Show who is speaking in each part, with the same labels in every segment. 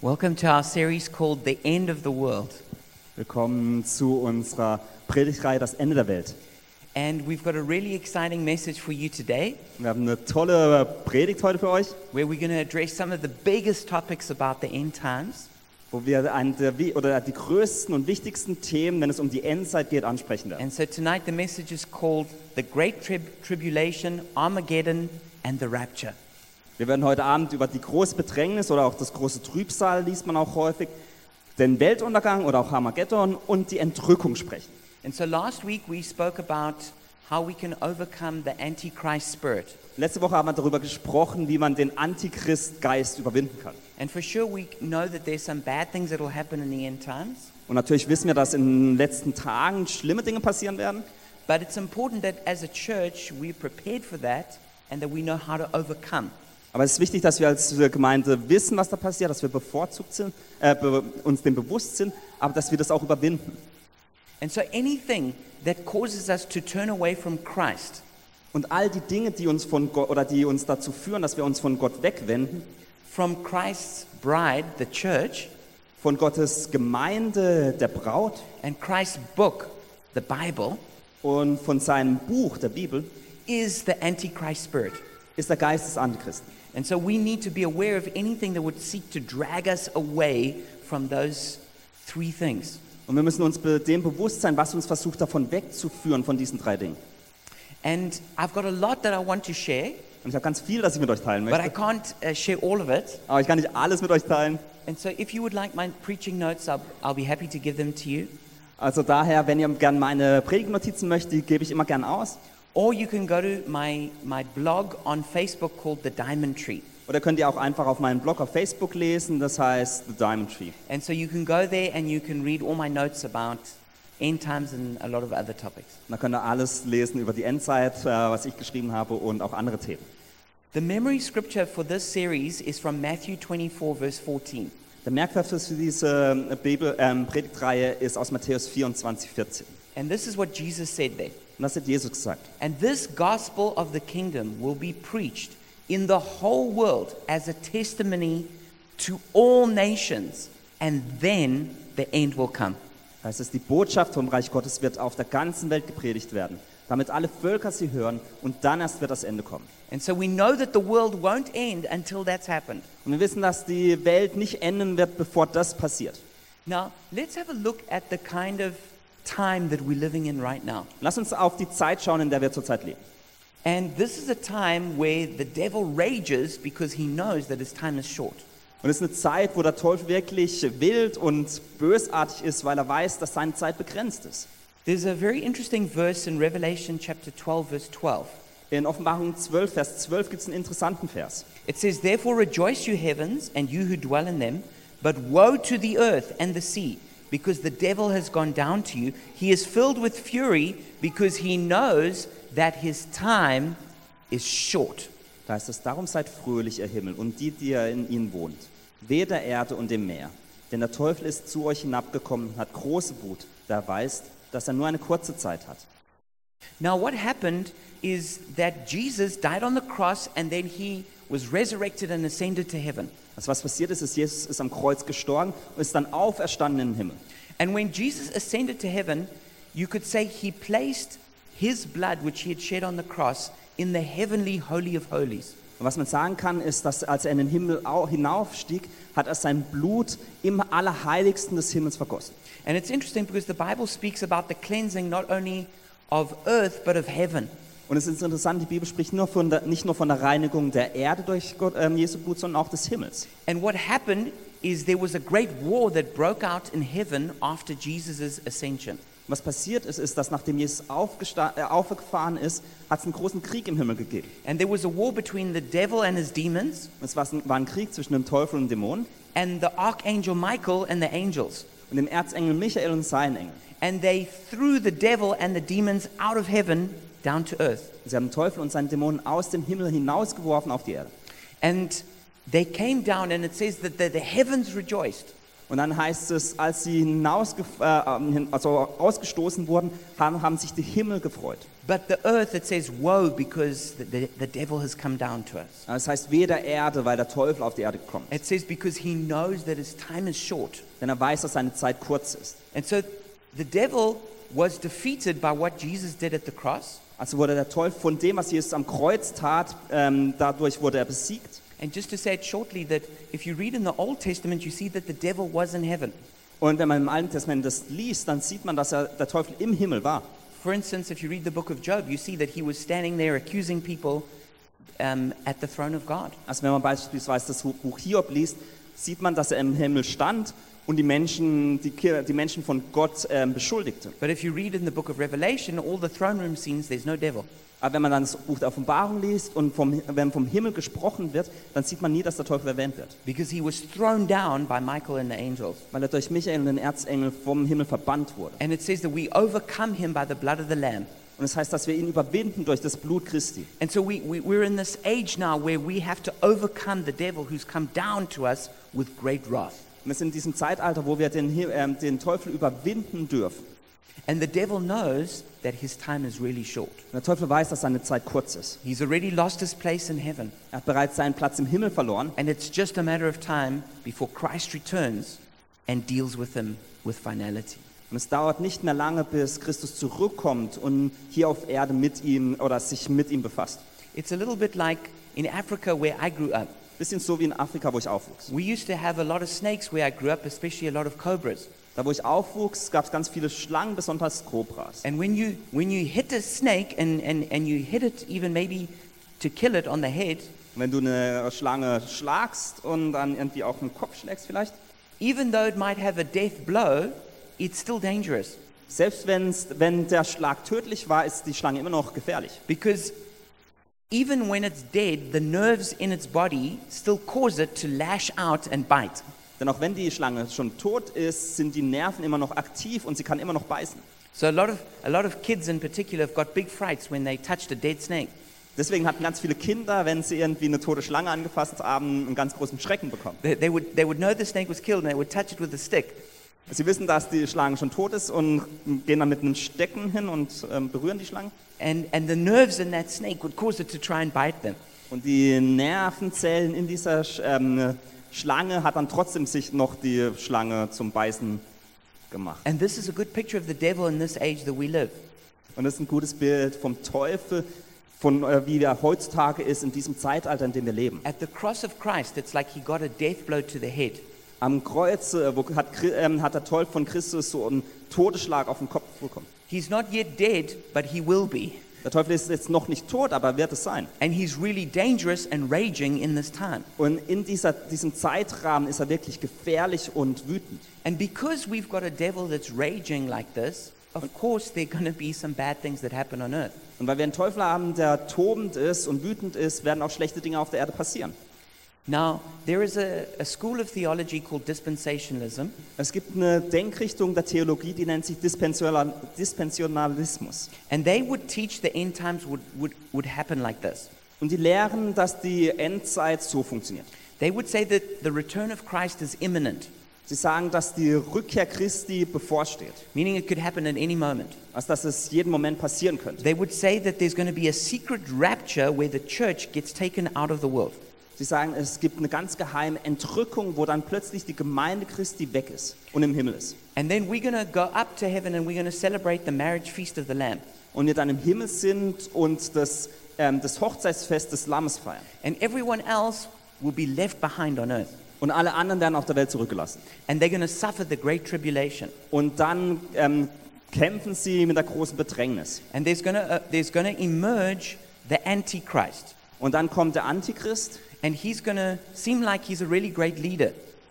Speaker 1: Welcome to our series called The End of the World.
Speaker 2: Willkommen zu unserer Predigtreihe Das Ende der Welt.
Speaker 1: And we've got a really exciting message for you today
Speaker 2: Wir haben eine tolle Predigt heute für euch,
Speaker 1: where we're going to address some of the biggest topics about the end times.
Speaker 2: wo wir einen der, wi- oder die größten und wichtigsten Themen, wenn es um die Endzeit geht, ansprechen werden.
Speaker 1: And so tonight the message is called The Great Trib- Tribulation, Armageddon, and the Rapture.
Speaker 2: Wir werden heute Abend über die große Bedrängnis oder auch das große Trübsal, liest man auch häufig, den Weltuntergang oder auch Armageddon und die Entrückung sprechen.
Speaker 1: And so last week we spoke about how we can overcome the Antichrist spirit.
Speaker 2: Letzte Woche haben wir darüber gesprochen, wie man den Antichristgeist überwinden kann.
Speaker 1: And for sure we know that there's some bad things that will happen in the end times.
Speaker 2: Und natürlich wissen wir, dass in den letzten Tagen schlimme Dinge passieren werden.
Speaker 1: But it's important that as a church we're prepared for that and that we know how to overcome.
Speaker 2: Aber es ist wichtig, dass wir als Gemeinde wissen, was da passiert, dass wir bevorzugt sind, äh, be uns dem bewusst sind, aber dass wir das auch überwinden.
Speaker 1: And so anything that causes us to turn away from Christ,
Speaker 2: Und all die Dinge, die uns von Gott oder die uns dazu führen, dass wir uns von Gott wegwenden,
Speaker 1: from Christ's bride, the church,
Speaker 2: von Gottes Gemeinde, der Braut
Speaker 1: and Christ's book, the Bible,
Speaker 2: und von seinem Buch, der Bibel,
Speaker 1: is the Antichrist spirit.
Speaker 2: ist der Geist des Antichristen.
Speaker 1: And so we need to be aware of anything that would seek to drag us away from those three things.
Speaker 2: Und wir müssen uns be dem bewusst sein, was uns versucht, davon wegzuführen, von diesen drei Dingen.
Speaker 1: And I've got a lot that I want to share,
Speaker 2: Und ich habe ganz viel, das ich mit euch teilen
Speaker 1: but I
Speaker 2: möchte.
Speaker 1: can't uh, share all of it.
Speaker 2: Aber ich kann nicht alles mit euch teilen.
Speaker 1: And so if you would like my preaching notes, I'll, I'll be happy to give them to you.
Speaker 2: Also daher, wenn ihr gerne meine Predigtnotizen möchtet, die gebe ich immer gern aus.
Speaker 1: Or you can go to my, my blog on Facebook called The Diamond Tree.
Speaker 2: Oder könnt ihr auch einfach auf meinem Blog auf Facebook lesen, das heißt The Diamond Tree.
Speaker 1: And so you can go there and you can read all my notes about end times and a lot of other topics.
Speaker 2: Da könnt ihr alles lesen über die Endzeit, äh, was ich geschrieben habe und auch andere Themen.
Speaker 1: The memory scripture for this series is from Matthew 24, verse 14.
Speaker 2: Der Merkfach für diese äh, Bibel, ähm, Predigtreihe ist aus Matthäus 24, 14.
Speaker 1: And this is what Jesus said there.
Speaker 2: Und das hat Jesus gesagt.
Speaker 1: And this gospel of the kingdom will be preached in the whole world as a testimony to all nations, and then the end will come.
Speaker 2: Da heißt es, die Botschaft vom Reich Gottes wird auf der ganzen Welt gepredigt werden, damit alle Völker sie hören und dann erst wird das Ende kommen.
Speaker 1: And so we know that the world won't end until that's happened.
Speaker 2: Und wir wissen, dass die Welt nicht enden wird, bevor das passiert.
Speaker 1: Now, let's have a look at the kind of time that we're living in right now.
Speaker 2: Lass uns auf die Zeit schauen, in der wir zurzeit leben.
Speaker 1: And this is a time where the devil rages because he knows that his time is short.
Speaker 2: Und es ist eine Zeit, wo der Teufel wirklich wild und bösartig ist, weil er weiß, dass seine Zeit begrenzt ist.
Speaker 1: There's a very interesting verse in Revelation chapter 12, verse 12.
Speaker 2: In Offenbarung 12, Vers 12 gibt es einen interessanten Vers.
Speaker 1: It says, Therefore rejoice, you heavens, and you who dwell in them, but woe to the earth and the sea, because the devil has gone down to you. He is filled with fury because he knows that his time is short.
Speaker 2: Da heißt es, darum seid fröhlich, ihr Himmel, und die, die ihr in ihnen wohnt. Wehe der Erde und dem Meer. Denn der Teufel ist zu euch hinabgekommen und hat große Wut, da er weiß, dass er nur eine kurze Zeit hat.
Speaker 1: Now, what happened is that Jesus died on the cross and then he was resurrected and ascended to heaven.
Speaker 2: Also was passiert ist, ist, Jesus ist am Kreuz gestorben und ist dann auferstanden im Himmel.
Speaker 1: And when Jesus ascended to heaven, you could say he placed his blood, which he had shed on the cross, in the heavenly Holy of Holies.
Speaker 2: Und was man sagen kann, ist, dass als er in den Himmel au- hinaufstieg, hat er sein Blut im Allerheiligsten des Himmels vergossen.
Speaker 1: And it's interesting because the Bible speaks about the cleansing not only of earth but of heaven.
Speaker 2: Und es ist interessant, die Bibel spricht nur von der, nicht nur von der Reinigung der Erde durch Gott, ähm, Jesu Blut, sondern auch des Himmels.
Speaker 1: And what happened is there was a great war that broke out in heaven after Jesus' ascension.
Speaker 2: Und was passiert ist, ist, dass nachdem Jesus aufgesta- äh, aufgefahren ist, hat es einen großen Krieg im Himmel gegeben.
Speaker 1: And there was a war between the devil and his demons
Speaker 2: Und es war ein, war ein Krieg zwischen dem Teufel und dem Dämon
Speaker 1: and the archangel Michael and the angels.
Speaker 2: und dem Erzengel Michael und seinen Engeln.
Speaker 1: And they threw the devil and the demons out of heaven down to earth.
Speaker 2: Sie haben den Teufel und seinen Dämonen aus dem Himmel hinausgeworfen auf die Erde.
Speaker 1: And they came down, and it says that the, the heavens rejoiced.
Speaker 2: Und dann heißt es, als sie hinausge äh, hin- also ausgestoßen wurden, haben, haben sich die Himmel gefreut.
Speaker 1: But the earth, it says, Woe, because the, the, the devil has come down to us.
Speaker 2: Das heißt, weder Erde, weil der Teufel auf die Erde gekommen ist.
Speaker 1: It says, Because he knows that his time is short.
Speaker 2: Denn er weiß, dass seine Zeit kurz ist.
Speaker 1: And so the devil was defeated by what Jesus did at the cross.
Speaker 2: Also wurde der Teufel von dem, was Jesus am Kreuz tat, ähm, dadurch wurde er besiegt.
Speaker 1: And just to say it shortly, that if you read in the Old Testament, you see that the devil was in heaven.
Speaker 2: Und wenn man im Alten Testament das liest, dann sieht man, dass er, der Teufel im Himmel war.
Speaker 1: For instance, if you read the book of Job, you see that he was standing there accusing people um, at the throne of God.
Speaker 2: Also wenn man beispielsweise das Buch Hiob liest, sieht man, dass er im Himmel stand und die Menschen, die, Ki- die Menschen von Gott ähm, beschuldigte.
Speaker 1: But if you read in the book of Revelation, all the throne room scenes, there's no devil.
Speaker 2: Aber wenn man dann das Buch der Offenbarung liest und vom, wenn vom Himmel gesprochen wird, dann sieht man nie, dass der Teufel erwähnt wird,
Speaker 1: Because he was thrown down by Michael and the angels.
Speaker 2: weil er durch Michael und den Erzengel vom Himmel verbannt wurde.
Speaker 1: And it says that we overcome him by the blood of the Lamb.
Speaker 2: Und es das heißt, dass wir ihn überwinden durch das Blut Christi.
Speaker 1: And so we, we, we're in this age now where we have to overcome the devil who's come down to us with great wrath.
Speaker 2: Und wir sind in diesem Zeitalter, wo wir den, Hi- ähm, den Teufel überwinden dürfen.
Speaker 1: And the devil knows that his time is really short.
Speaker 2: Und der Teufel weiß, dass seine Zeit kurz ist.
Speaker 1: He's already lost his place in heaven.
Speaker 2: Er hat bereits seinen Platz im Himmel verloren.
Speaker 1: And it's just a matter of time before Christ returns and deals with him with finality.
Speaker 2: Und es dauert nicht mehr lange, bis Christus zurückkommt und hier auf Erde mit ihm oder sich mit ihm befasst.
Speaker 1: It's a little bit like in Africa where I grew up.
Speaker 2: Bisschen so wie in Afrika, wo ich aufwuchs.
Speaker 1: We used to have a lot of snakes where I grew up, especially a lot of cobras.
Speaker 2: Da, wo ich aufwuchs, gab es ganz viele Schlangen, besonders Kobras.
Speaker 1: And when you, when you hit a snake and, and, and you hit it even maybe to kill it on the head,
Speaker 2: Und Wenn du eine Schlange schlagst und dann irgendwie auch einen Kopf schlägst vielleicht,
Speaker 1: even though it might have a death blow, it's still dangerous
Speaker 2: selbst wenn's, wenn der Schlag tödlich war, ist die Schlange immer noch gefährlich.
Speaker 1: because even when it's dead, the nerves in its body still cause it to lash out and bite.
Speaker 2: Denn auch wenn die Schlange schon tot ist, sind die Nerven immer noch aktiv und sie kann immer noch beißen.
Speaker 1: So a lot of, a lot of kids in particular have got big frights when they touched a dead snake
Speaker 2: Deswegen hatten ganz viele Kinder, wenn sie irgendwie eine tote Schlange angefasst haben, einen ganz großen Schrecken bekommen.
Speaker 1: They, they, would, they would know the snake was killed and they would touch it with a stick.
Speaker 2: Sie wissen, dass die Schlange schon tot ist und gehen dann mit einem Stecken hin und ähm, berühren die Schlange.
Speaker 1: And, and the nerves in that snake would cause it to try and bite them.
Speaker 2: Und die Nervenzellen in dieser Sch ähm, Schlange hat dann trotzdem sich noch die Schlange zum Beißen gemacht.
Speaker 1: And this is a good picture of the devil in this age that we live.
Speaker 2: Und das ist ein gutes Bild vom Teufel, von äh, wie er heutzutage ist in diesem Zeitalter, in dem wir leben.
Speaker 1: At the cross of Christ, it's like he got a death blow to the head.
Speaker 2: Am Kreuz äh, wo hat, Chri- ähm, hat der Teufel von Christus so einen Todesschlag auf den Kopf bekommen.
Speaker 1: He's not yet dead, but he will be.
Speaker 2: Der Teufel ist jetzt noch nicht tot, aber wird es sein.
Speaker 1: And he's really dangerous and raging in this time.
Speaker 2: Und in dieser, diesem Zeitrahmen ist er wirklich gefährlich und wütend.
Speaker 1: And because we've got a devil that's raging like this, of course there are going to be some bad things that happen on earth.
Speaker 2: Und weil wir einen Teufel haben, der tobend ist und wütend ist, werden auch schlechte Dinge auf der Erde passieren.
Speaker 1: Now, there is a, a school of theology called dispensationalism,
Speaker 2: Es gibt eine Denkrichtung der Theologie, die nennt sich Dispensional- Dispensionalismus.
Speaker 1: and they would teach the end times would, would, would happen like this.
Speaker 2: Und die lehren, dass die Endzeit so funktioniert.
Speaker 1: They would say that the return of Christ is imminent,
Speaker 2: Sie sagen, dass die Rückkehr Christi bevorsteht,
Speaker 1: meaning it could happen at any moment.
Speaker 2: also dass es jeden Moment passieren könnte.
Speaker 1: They would say that there's going to be a secret rapture where the church gets taken out of the world.
Speaker 2: Sie sagen, es gibt eine ganz geheime Entrückung, wo dann plötzlich die Gemeinde Christi weg ist und im Himmel ist.
Speaker 1: And then we're going to go up to heaven and we're going to celebrate the marriage feast of the Lamb.
Speaker 2: Und wir dann im Himmel sind und das, ähm, das Hochzeitsfest des Lammes feiern.
Speaker 1: And everyone else will be left behind on earth.
Speaker 2: Und alle anderen werden auf der Welt zurückgelassen.
Speaker 1: And they're going to suffer the great tribulation.
Speaker 2: Und dann ähm, kämpfen sie mit der großen Bedrängnis.
Speaker 1: And there's going to, uh, there's going to emerge the Antichrist.
Speaker 2: Und dann kommt der Antichrist
Speaker 1: And he's going to seem like he's a really great leader.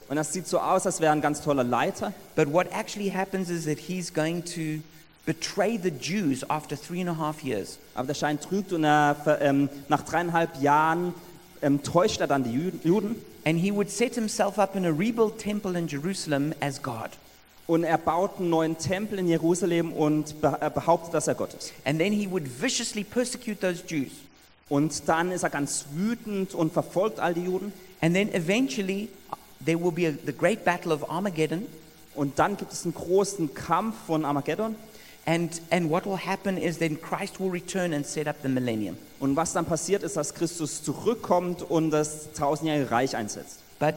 Speaker 2: und das sieht so aus, als wäre er ein ganz toller Leiter.
Speaker 1: But what actually happens is that he's going to betray the Jews after three and a half years.
Speaker 2: Aber der Schein trügt und er, ver- ähm, nach dreieinhalb Jahren ähm, täuscht er dann die Jü- Juden
Speaker 1: And he would set himself up in a rebuilt temple in Jerusalem as God.
Speaker 2: und er baut einen neuen Tempel in Jerusalem und be äh, behauptet, dass er Gott ist.
Speaker 1: And then he would viciously persecute those Jews.
Speaker 2: Und dann ist er ganz wütend und verfolgt all die Juden.
Speaker 1: And then eventually, There will be a, the great battle of Armageddon.
Speaker 2: Und dann gibt es einen großen Kampf von Armageddon.
Speaker 1: And, and what will happen is then Christ will return and set up the millennium.
Speaker 2: Und was dann passiert ist, dass Christus zurückkommt und das tausendjährige Reich einsetzt.
Speaker 1: But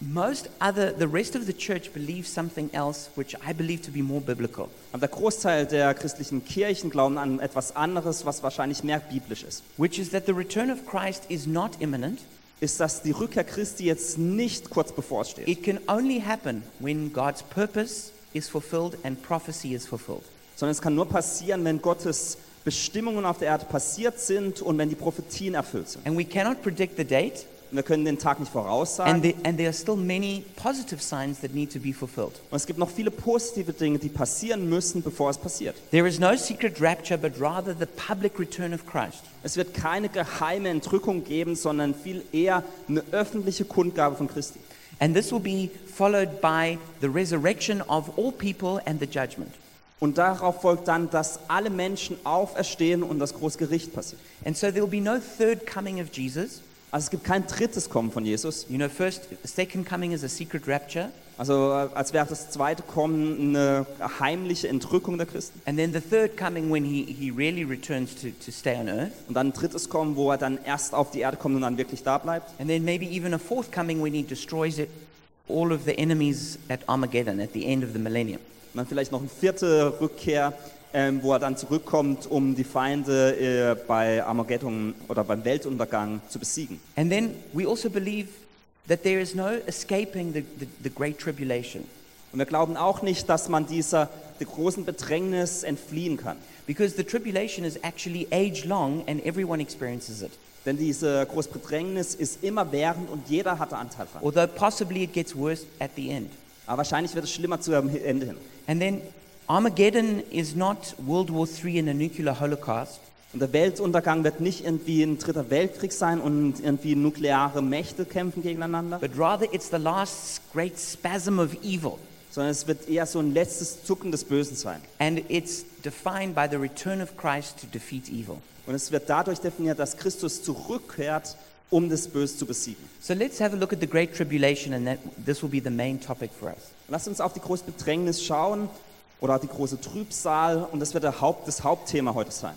Speaker 1: most other, the rest of the church believes something else, which I believe to be more biblical.
Speaker 2: Aber der Großteil der christlichen Kirchen glauben an etwas anderes, was wahrscheinlich mehr biblisch ist.
Speaker 1: which is that the return of Christ is not imminent.
Speaker 2: Ist, dass die Rückkehr Christi jetzt nicht kurz bevorsteht,
Speaker 1: It can only happen when God's purpose is fulfilled and prophecy is fulfilled.
Speaker 2: sondern es kann nur passieren, wenn Gottes Bestimmungen auf der Erde passiert sind und wenn die Prophetien erfüllt sind.
Speaker 1: And we cannot predict the date,
Speaker 2: Und wir können den Tag nicht
Speaker 1: and,
Speaker 2: voraussagen.
Speaker 1: the, and there are still many positive signs that need to be fulfilled.
Speaker 2: Und es gibt noch viele positive Dinge, die passieren müssen, bevor es passiert.
Speaker 1: There is no secret rapture, but rather the public return of Christ.
Speaker 2: Es wird keine geheime Entrückung geben, sondern viel eher eine öffentliche Kundgabe von Christi.
Speaker 1: And this will be followed by the resurrection of all people and the judgment.
Speaker 2: Und darauf folgt dann, dass alle Menschen auferstehen und das große Gericht passiert.
Speaker 1: And so there will be no third coming of Jesus.
Speaker 2: Also es gibt kein drittes Kommen von Jesus.
Speaker 1: You know, first, second coming is a secret rapture,
Speaker 2: Also äh, als wäre das zweite Kommen eine heimliche Entrückung der Christen.
Speaker 1: and then the third coming when he, he really returns to, to stay on earth.
Speaker 2: Und dann ein drittes Kommen, wo er dann erst auf die Erde kommt und dann wirklich da bleibt.
Speaker 1: And then maybe even a fourth coming when he destroys it, all of the enemies at Armageddon at the end of the millennium.
Speaker 2: Und dann vielleicht noch eine vierte Rückkehr, ähm, wo er dann zurückkommt, um die Feinde äh, bei Armageddon oder beim Weltuntergang zu besiegen.
Speaker 1: And then we also believe that there is no escaping the, the, the great tribulation
Speaker 2: Und wir glauben auch nicht, dass man dieser der großen Bedrängnis entfliehen kann.
Speaker 1: because the tribulation is actually age long and everyone experiences it.
Speaker 2: Denn diese große Bedrängnis ist immerwährend und jeder hatte Anteil daran.
Speaker 1: Although possibly it gets worse at the end.
Speaker 2: Aber wahrscheinlich wird es schlimmer zu am Ende hin.
Speaker 1: And then Armageddon is not World War III and a nuclear holocaust.
Speaker 2: Und der Weltuntergang wird nicht irgendwie ein dritter Weltkrieg sein und irgendwie nukleare Mächte kämpfen gegeneinander,
Speaker 1: But rather, it's the last great spasm of evil.
Speaker 2: sondern es wird eher so ein letztes Zucken des Bösen sein.
Speaker 1: And it's defined by the return of Christ to defeat evil.
Speaker 2: Und es wird dadurch definiert, dass Christus zurückkehrt, um das Böse zu besiegen.
Speaker 1: So let's have a look at the Great Tribulation, and that, this will be the main topic for us.
Speaker 2: Lasst uns auf die große Bedrängnis schauen oder die große Trübsal und das wird der Haupt, das Hauptthema heute sein.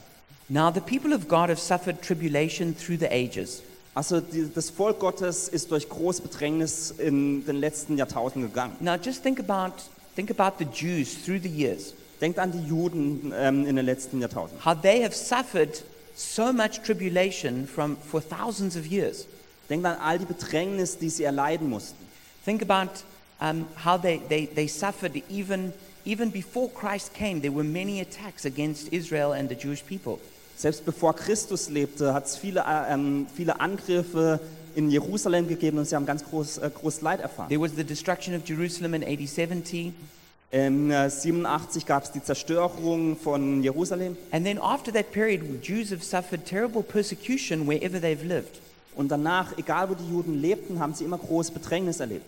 Speaker 1: Now, the people of God have suffered tribulation through the ages,
Speaker 2: Also die, das Volk Gottes ist durch große Bedrängnis in den letzten Jahrtausenden gegangen.
Speaker 1: Now, just think about, think about the Jews through the years,
Speaker 2: Denkt an die Juden ähm, in den letzten Jahrtausenden.
Speaker 1: how they have suffered so much tribulation from, for thousands of years.
Speaker 2: Denkt an all die Bedrängnis, die sie erleiden mussten.
Speaker 1: Think about um, how they, they, they suffered even, even before Christ came. There were many attacks against Israel and the Jewish people.
Speaker 2: Selbst bevor Christus lebte, hat es viele, äh, ähm, viele Angriffe in Jerusalem gegeben und sie haben ganz groß, äh, großes Leid erfahren.
Speaker 1: There was the destruction of Jerusalem in AD 70.
Speaker 2: Ähm, äh, 87 gab es die Zerstörung von Jerusalem
Speaker 1: And then after that period, Jews have suffered terrible persecution wherever they've lived
Speaker 2: und danach, egal wo die Juden lebten, haben sie immer großes Bedrängnis erlebt.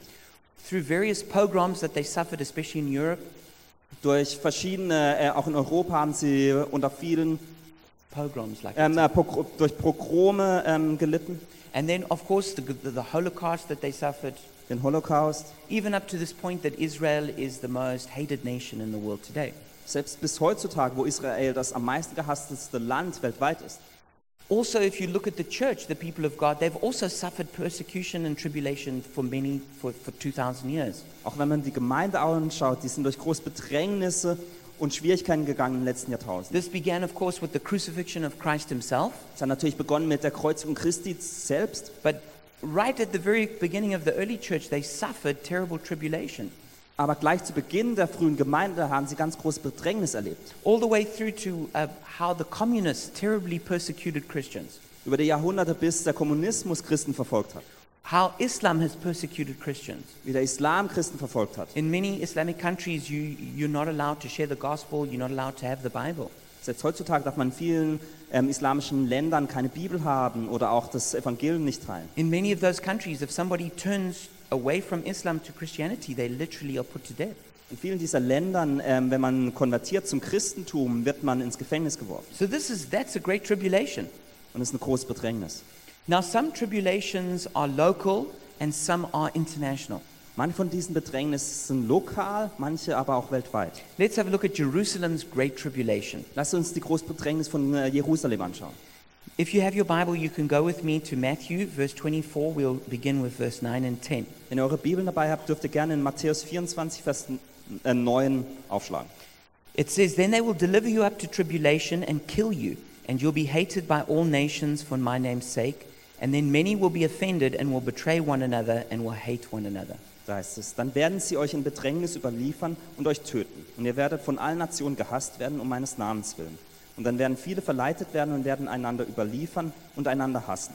Speaker 1: through various pogroms that they suffered, especially in Europe.
Speaker 2: Durch verschiedene, äh, auch in Europa haben sie unter vielen
Speaker 1: Pogroms like
Speaker 2: ähm, äh, Pogro durch Pogrome ähm, gelitten,
Speaker 1: And then, of course, the, the, the Holocaust that they suffered,
Speaker 2: den Holocaust.
Speaker 1: even up to this point that Israel is the most hated nation in the world today.
Speaker 2: Selbst bis heutzutage, wo Israel das am meisten gehassteste Land weltweit ist.
Speaker 1: Also, if you look at the church, the people of God, they've also suffered persecution and tribulation for many, for, for 2,000 years.
Speaker 2: Auch wenn man die Gemeinde anschaut, die sind durch große Bedrängnisse und Schwierigkeiten gegangen in den letzten Jahrtausenden.
Speaker 1: This began, of course, with the crucifixion of Christ himself.
Speaker 2: Es hat natürlich begonnen mit der Kreuzigung Christi selbst,
Speaker 1: But right at the very beginning of the early church, they suffered terrible tribulation,
Speaker 2: aber gleich zu Beginn der frühen Gemeinde haben sie ganz große Bedrängnis erlebt.
Speaker 1: all the way through to uh, how the communists terribly persecuted Christians,
Speaker 2: Über die Jahrhunderte, bis der Kommunismus Christen verfolgt hat,
Speaker 1: how Islam has persecuted Christians.
Speaker 2: wie der Islam Christen verfolgt hat.
Speaker 1: In many Islamic countries, you, you're not allowed to share the gospel, you're not allowed to have the Bible.
Speaker 2: Selbst heutzutage darf man in vielen ähm, islamischen Ländern keine Bibel haben oder auch das Evangelium nicht teilen.
Speaker 1: In many of those countries, if somebody turns away from Islam to Christianity, they literally are put to death.
Speaker 2: In vielen dieser Ländern, ähm, wenn man konvertiert zum Christentum, wird man ins Gefängnis geworfen.
Speaker 1: So this is, that's a great tribulation.
Speaker 2: Und das ist ein großes Bedrängnis.
Speaker 1: Now, some tribulations are local and some are international.
Speaker 2: Manche von diesen Bedrängnissen sind lokal, manche aber auch weltweit.
Speaker 1: Let's have a look at Jerusalem's Great Tribulation.
Speaker 2: Lasst uns die Großbedrängnis von äh, Jerusalem anschauen.
Speaker 1: If you have your Bible, you can go with me to Matthew, verse 24. We'll begin with verse 9 and 10.
Speaker 2: Wenn ihr eure Bibeln dabei habt, dürft ihr gerne in Matthäus 24, Vers äh, 9 aufschlagen.
Speaker 1: It says, Then they will deliver you up to tribulation and kill you, and you'll be hated by all nations for my name's sake. And then many will be offended and will betray one another and will hate one another.
Speaker 2: Da heißt es, dann werden sie euch in Bedrängnis überliefern und euch töten. Und ihr werdet von allen Nationen gehasst werden um meines Namens willen. Und dann werden viele verleitet werden und werden einander überliefern und einander hassen.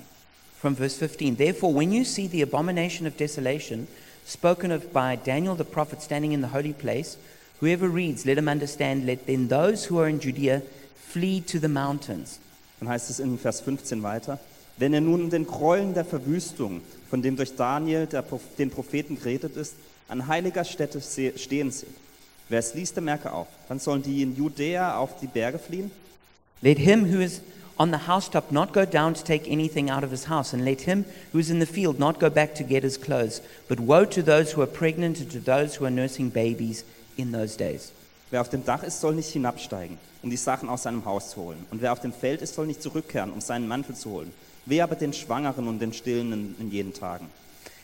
Speaker 1: From verse 15 Therefore, when you see the abomination of desolation spoken of by Daniel the prophet standing in the holy place, whoever reads, let him understand, let then those who are in Judea flee to the mountains.
Speaker 2: Dann heißt es in Vers 15 weiter, wenn ihr nun den Gräueln der Verwüstung, von dem durch Daniel der, Pro- den Propheten geredet ist, an heiliger Stätte se- stehen seht. Wer es liest, der merke auf. Dann sollen die in Judäa auf die Berge fliehen.
Speaker 1: Let him who is on the housetop not go down to take anything out of his house, and let him who is in the field not go back to get his clothes. But woe to those who are pregnant and to those who are nursing babies in those days.
Speaker 2: Wer auf dem Dach ist, soll nicht hinabsteigen, um die Sachen aus seinem Haus zu holen. Und wer auf dem Feld ist, soll nicht zurückkehren, um seinen Mantel zu holen. Wehe aber den Schwangeren und den Stillen in, in jenen Tagen.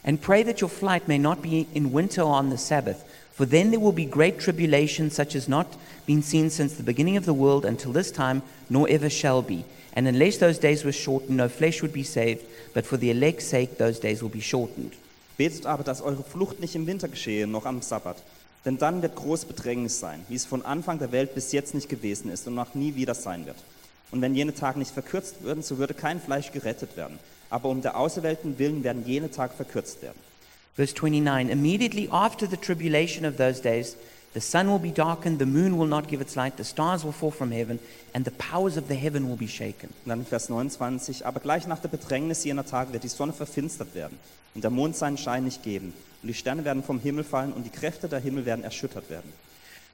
Speaker 1: And pray that your flight may not be in winter or on the Sabbath, for then there will be great tribulation, such as not been seen since the beginning of the world until this time, nor ever shall be. And unless those days were shortened, no flesh would be saved, but for the elect's sake, those days will be shortened.
Speaker 2: Betet aber, dass eure Flucht nicht im Winter geschehe, noch am Sabbat. Denn dann wird groß Bedrängnis sein, wie es von Anfang der Welt bis jetzt nicht gewesen ist und noch nie wieder sein wird. Und wenn jene Tage nicht verkürzt würden, so würde kein Fleisch gerettet werden. Aber um der Auserwählten willen werden jene Tage verkürzt werden.
Speaker 1: Verse 29 Immediately after the tribulation of those days, the sun will be darkened, the moon will not give its light, the stars will fall from heaven, and the powers of the heaven will be shaken.
Speaker 2: Und dann Vers 29, aber gleich nach der Bedrängnis jener Tage wird die Sonne verfinstert werden und der Mond seinen Schein nicht geben. Und die Sterne werden vom Himmel fallen und die Kräfte der Himmel werden erschüttert werden.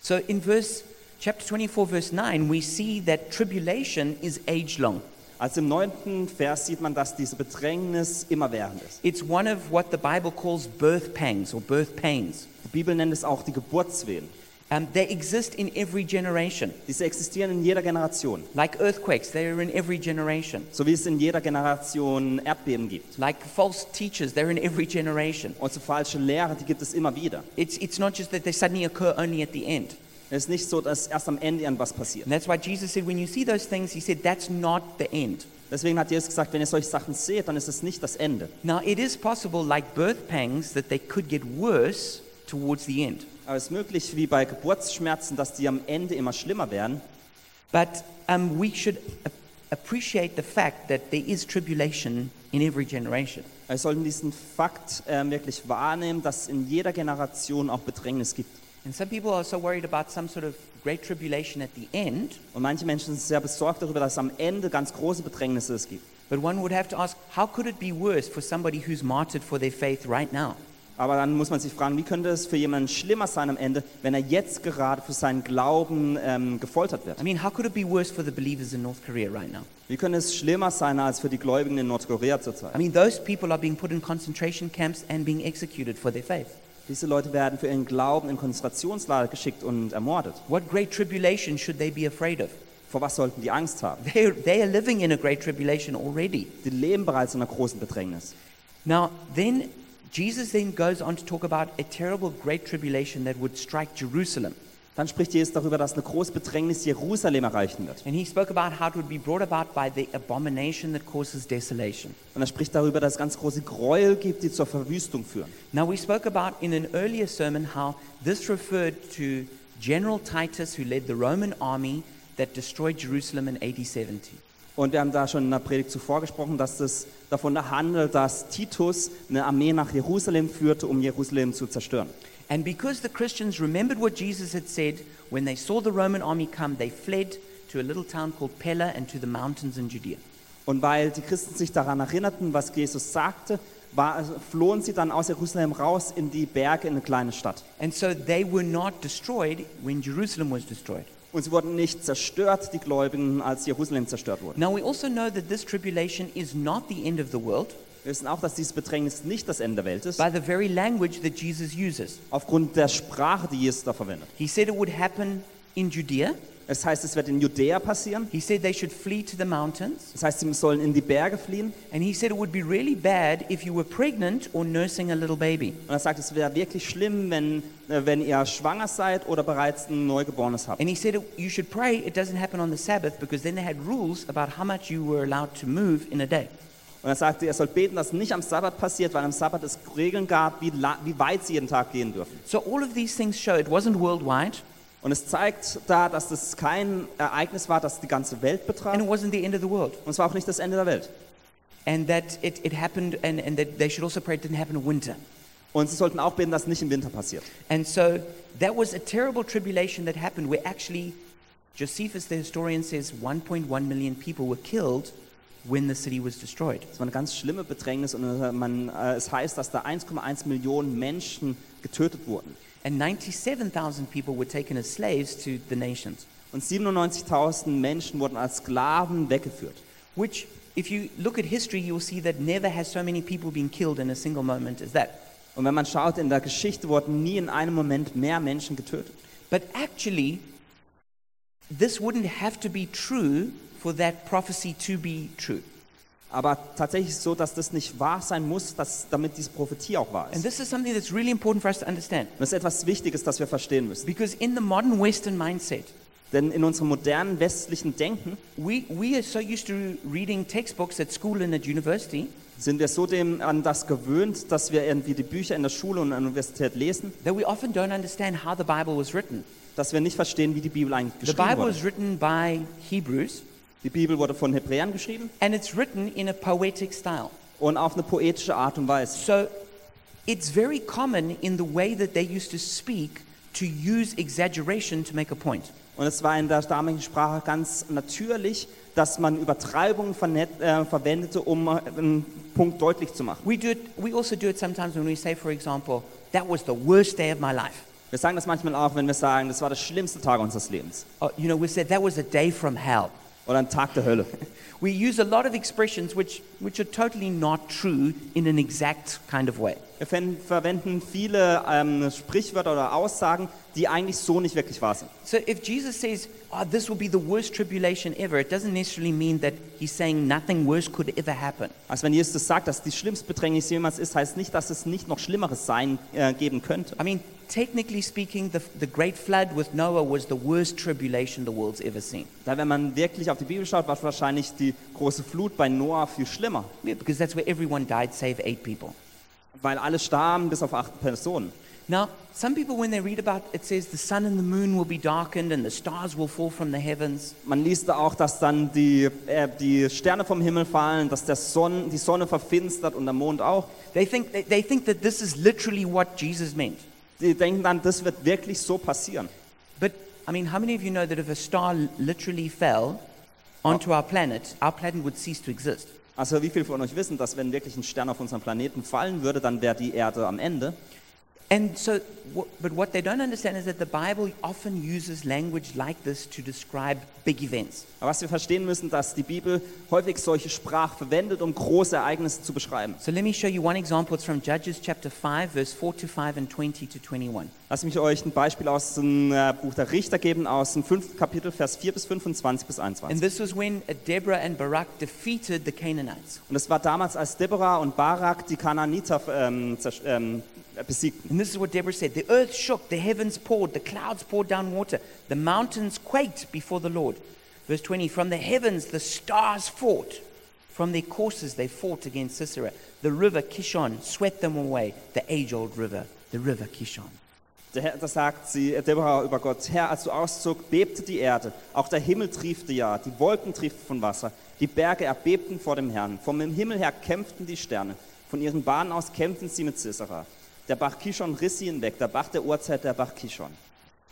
Speaker 1: So in verse chapter 24, verse 9, we see that tribulation is age long.
Speaker 2: Also im neunten Vers sieht man, dass diese Bedrängnis immerwährend ist.
Speaker 1: It's one of what the Bible calls birth pangs or birth pains.
Speaker 2: Die Bibel nennt es auch die Geburtswehen.
Speaker 1: Um, they exist in every generation.
Speaker 2: Diese existieren in jeder Generation,
Speaker 1: Like earthquakes, they are in every generation.
Speaker 2: so wie es in jeder Generation Erdbeben gibt.
Speaker 1: Like false teachers, they're in every generation.
Speaker 2: Und so falsche Lehre, die gibt es immer wieder.
Speaker 1: It's, it's not just that they suddenly occur only at the end.
Speaker 2: Es ist nicht so, dass erst am Ende irgendwas passiert.
Speaker 1: And that's why Jesus said, when you see those things, he said, that's not the end.
Speaker 2: Deswegen hat Jesus gesagt, wenn ihr solche Sachen seht, dann ist es nicht das Ende.
Speaker 1: Now, it is possible, like birth pangs, that they could get worse towards the end.
Speaker 2: Aber es ist möglich, wie bei Geburtsschmerzen, dass die am Ende immer schlimmer werden.
Speaker 1: But um, we should a- appreciate the fact that there is tribulation in every generation.
Speaker 2: Wir sollten diesen Fakt äh, wirklich wahrnehmen, dass es in jeder Generation auch Bedrängnis gibt.
Speaker 1: And some people are so worried about some sort of great tribulation at the end,
Speaker 2: Und manche Menschen sind sehr besorgt darüber, dass es am Ende ganz große Bedrängnisse es gibt.
Speaker 1: but one would have to ask, how could it be worse for somebody who's martyred for their faith right now?
Speaker 2: Aber dann muss man sich fragen, wie könnte es für jemanden schlimmer sein am Ende, wenn er jetzt gerade für seinen Glauben ähm, gefoltert wird?
Speaker 1: I mean, how could it be worse for the believers in North Korea right now?
Speaker 2: Wie könnte es schlimmer sein als für die Gläubigen in Nordkorea
Speaker 1: I
Speaker 2: zurzeit?
Speaker 1: mean, those people are being put in concentration camps and being executed for their faith.
Speaker 2: Diese Leute werden für ihren Glauben in Konzentrationslager geschickt und ermordet.
Speaker 1: What great tribulation should they be afraid of?
Speaker 2: Vor was sollten die Angst haben?
Speaker 1: They they are living in a great tribulation already.
Speaker 2: Die leben bereits in einer großen Bedrängnis.
Speaker 1: Now, then Jesus then goes on to talk about a terrible great tribulation that would strike Jerusalem.
Speaker 2: Dann spricht Jesus darüber, dass eine große Bedrängnis Jerusalem erreichen wird.
Speaker 1: And he spoke about how it would be brought about by the abomination that causes desolation.
Speaker 2: Und er spricht darüber, dass es ganz große Gräuel gibt, die zur Verwüstung führen.
Speaker 1: Now, we spoke about in an earlier sermon how this referred to General Titus, who led the Roman army that destroyed Jerusalem in AD 70.
Speaker 2: Und wir haben da schon in der Predigt zuvor gesprochen, dass es davon handelt, dass Titus eine Armee nach Jerusalem führte, um Jerusalem zu zerstören.
Speaker 1: And because the Christians remembered what Jesus had said, when they saw the Roman army come, they fled to a little town called Pella and to the mountains in Judea.
Speaker 2: Und weil die Christen sich daran erinnerten, was Jesus sagte, war, flohen sie dann aus Jerusalem raus in die Berge, in eine kleine Stadt.
Speaker 1: And so they were not destroyed when Jerusalem was destroyed.
Speaker 2: Und sie wurden nicht zerstört, die Gläubigen, als Jerusalem zerstört wurde.
Speaker 1: Now, we also know that this tribulation is not the end of the world.
Speaker 2: Wir wissen auch, dass dieses Bedrängnis nicht das Ende der Welt ist,
Speaker 1: by the very language that Jesus uses.
Speaker 2: aufgrund der Sprache, die Jesus da verwendet.
Speaker 1: He said it would happen in Judea.
Speaker 2: Es heißt, es wird in Judäa passieren.
Speaker 1: He said they should flee to the mountains.
Speaker 2: Es heißt, sie sollen in die Berge fliehen.
Speaker 1: And he said it would be really bad if you were pregnant or nursing a little baby.
Speaker 2: Und er sagt, es wäre wirklich schlimm, wenn, äh, wenn ihr schwanger seid oder bereits ein Neugeborenes habt.
Speaker 1: And he said it, you should pray it doesn't happen on the Sabbath because then they had rules about how much you were allowed to move in a day.
Speaker 2: Und er sagte, ihr sollt beten, dass es nicht am Sabbat passiert, weil am Sabbat es Regeln gab, wie, la- wie weit sie jeden Tag gehen dürfen.
Speaker 1: So all of these things show it wasn't worldwide
Speaker 2: Und es zeigt da, dass es kein Ereignis war, das die ganze Welt betraf.
Speaker 1: and it
Speaker 2: Und
Speaker 1: wasn't the end of the world.
Speaker 2: es war auch nicht das Ende der Welt.
Speaker 1: And that it, it happened and, and that they should also pray it didn't happen in winter.
Speaker 2: Und sie sollten auch beten, dass es nicht im Winter passiert.
Speaker 1: And so that was a terrible tribulation that happened where actually Josephus, the historian, says 1.1 million people were killed when the city was destroyed.
Speaker 2: Es war eine ganz schlimme Bedrängnis und äh, man, äh, es heißt, dass da 1,1 Millionen Menschen getötet wurden.
Speaker 1: And 97,000 people were taken as slaves to the nations.
Speaker 2: Und 97.000 Menschen wurden als Sklaven weggeführt.
Speaker 1: Which, if you look at history, you will see that never has so many people been killed in a single moment as that.
Speaker 2: Und wenn man schaut, in der Geschichte wurden nie in einem Moment mehr Menschen getötet.
Speaker 1: But actually, this wouldn't have to be true for that prophecy to be true.
Speaker 2: Aber tatsächlich ist es so, dass das nicht wahr sein muss, dass, damit diese Prophetie auch wahr
Speaker 1: And
Speaker 2: ist.
Speaker 1: this is something that's really important for us to understand.
Speaker 2: Und das ist etwas Wichtiges, das wir verstehen müssen.
Speaker 1: Because in the modern Western mindset,
Speaker 2: Denn in unserem modernen westlichen Denken
Speaker 1: We, we are so used to reading textbooks at school and at university
Speaker 2: sind wir so dem an das gewöhnt, dass wir irgendwie die Bücher in der Schule und an der Universität lesen,
Speaker 1: that we often don't understand how the Bible was written.
Speaker 2: dass wir nicht verstehen, wie die Bibel eigentlich
Speaker 1: The
Speaker 2: geschrieben
Speaker 1: Bible
Speaker 2: wurde.
Speaker 1: is written by Hebrews
Speaker 2: Die Bibel wurde von Hebräern geschrieben
Speaker 1: and it's written in a poetic style.
Speaker 2: und auf eine poetische Art und Weise.
Speaker 1: So it's very common in the way that they used to speak to use exaggeration to make a point.
Speaker 2: Und es war in der damaligen Sprache ganz natürlich, dass man Übertreibungen vernet- äh, verwendete, um äh, einen Punkt deutlich zu machen.
Speaker 1: We, do it, we also do it sometimes when we say, for example, that was the worst day of my life.
Speaker 2: Wir sagen das manchmal auch, wenn wir sagen, das war der schlimmste Tag unseres Lebens
Speaker 1: Or, you know, we said that was a day from hell.
Speaker 2: oder ein Tag der Hölle.
Speaker 1: We use a lot of expressions which, which are totally not true in an exact kind of way.
Speaker 2: Wir fen- verwenden viele ähm, Sprichwörter oder Aussagen, die eigentlich so nicht wirklich wahr sind.
Speaker 1: So if Jesus says, oh, this will be the worst tribulation ever, it doesn't necessarily mean that he's saying nothing worse could ever happen.
Speaker 2: Also wenn Jesus das sagt, dass die schlimmste Bedrängnis jemals ist, heißt nicht, dass es nicht noch Schlimmeres sein äh, geben könnte.
Speaker 1: I mean, technically speaking, the, the great flood with Noah was the worst tribulation the world's ever seen.
Speaker 2: Da wenn man wirklich auf die Bibel schaut, war wahrscheinlich die große Flut bei Noah viel schlimmer,
Speaker 1: Yeah, because that's where everyone died save eight people.
Speaker 2: weil alle starben bis auf acht Personen.
Speaker 1: Now, some people, when they read about it, says the sun and the moon will be darkened and the stars will fall from the heavens.
Speaker 2: Man liest da auch, dass dann die, äh, die Sterne vom Himmel fallen, dass der Sonn, die Sonne verfinstert und der Mond auch.
Speaker 1: They think, they, they think that this is literally what Jesus meant.
Speaker 2: Die denken dann, das wird wirklich so passieren.
Speaker 1: But I mean, how many of you know that if a star l- literally fell onto our planet, our planet would cease to exist?
Speaker 2: Also wie viele von euch wissen, dass wenn wirklich ein Stern auf unserem Planeten fallen würde, dann wäre die Erde am Ende.
Speaker 1: And so, wh- but what they don't understand is that the Bible often uses language like this to describe big events.
Speaker 2: Aber was wir verstehen müssen, dass die Bibel häufig solche Sprache verwendet, um große Ereignisse zu beschreiben.
Speaker 1: So let me show you one example. It's from Judges chapter 5, verse 4 to 5 and 20 to 21.
Speaker 2: Lass mich euch ein Beispiel aus dem äh, Buch der Richter geben, aus dem 5. Kapitel, Vers 4 bis 25 bis 21.
Speaker 1: And this was when uh, Deborah and Barak defeated the Canaanites.
Speaker 2: Und es war damals, als Deborah und Barak die Kanaaniter ähm, zerst- ähm, besiegten.
Speaker 1: And this is what Deborah said The earth shook, the heavens poured, the clouds poured down water, the mountains quaked before the Lord. Verse 20 From the heavens the stars fought, from their courses they fought against Sisera. The river Kishon swept them away, the age old river, the river Kishon.
Speaker 2: Der Herr, das sagt sie, äh, Deborah über Gott, Herr, als du auszog, bebte die Erde, auch der Himmel triefte ja, die Wolken trieften von Wasser, die Berge erbebten vor dem Herrn, vom Himmel her kämpften die Sterne, von ihren Bahnen aus kämpften sie mit Sisera. Der Bach Kishon riss sie hinweg, der Bach der Urzeit, der Bach Kishon.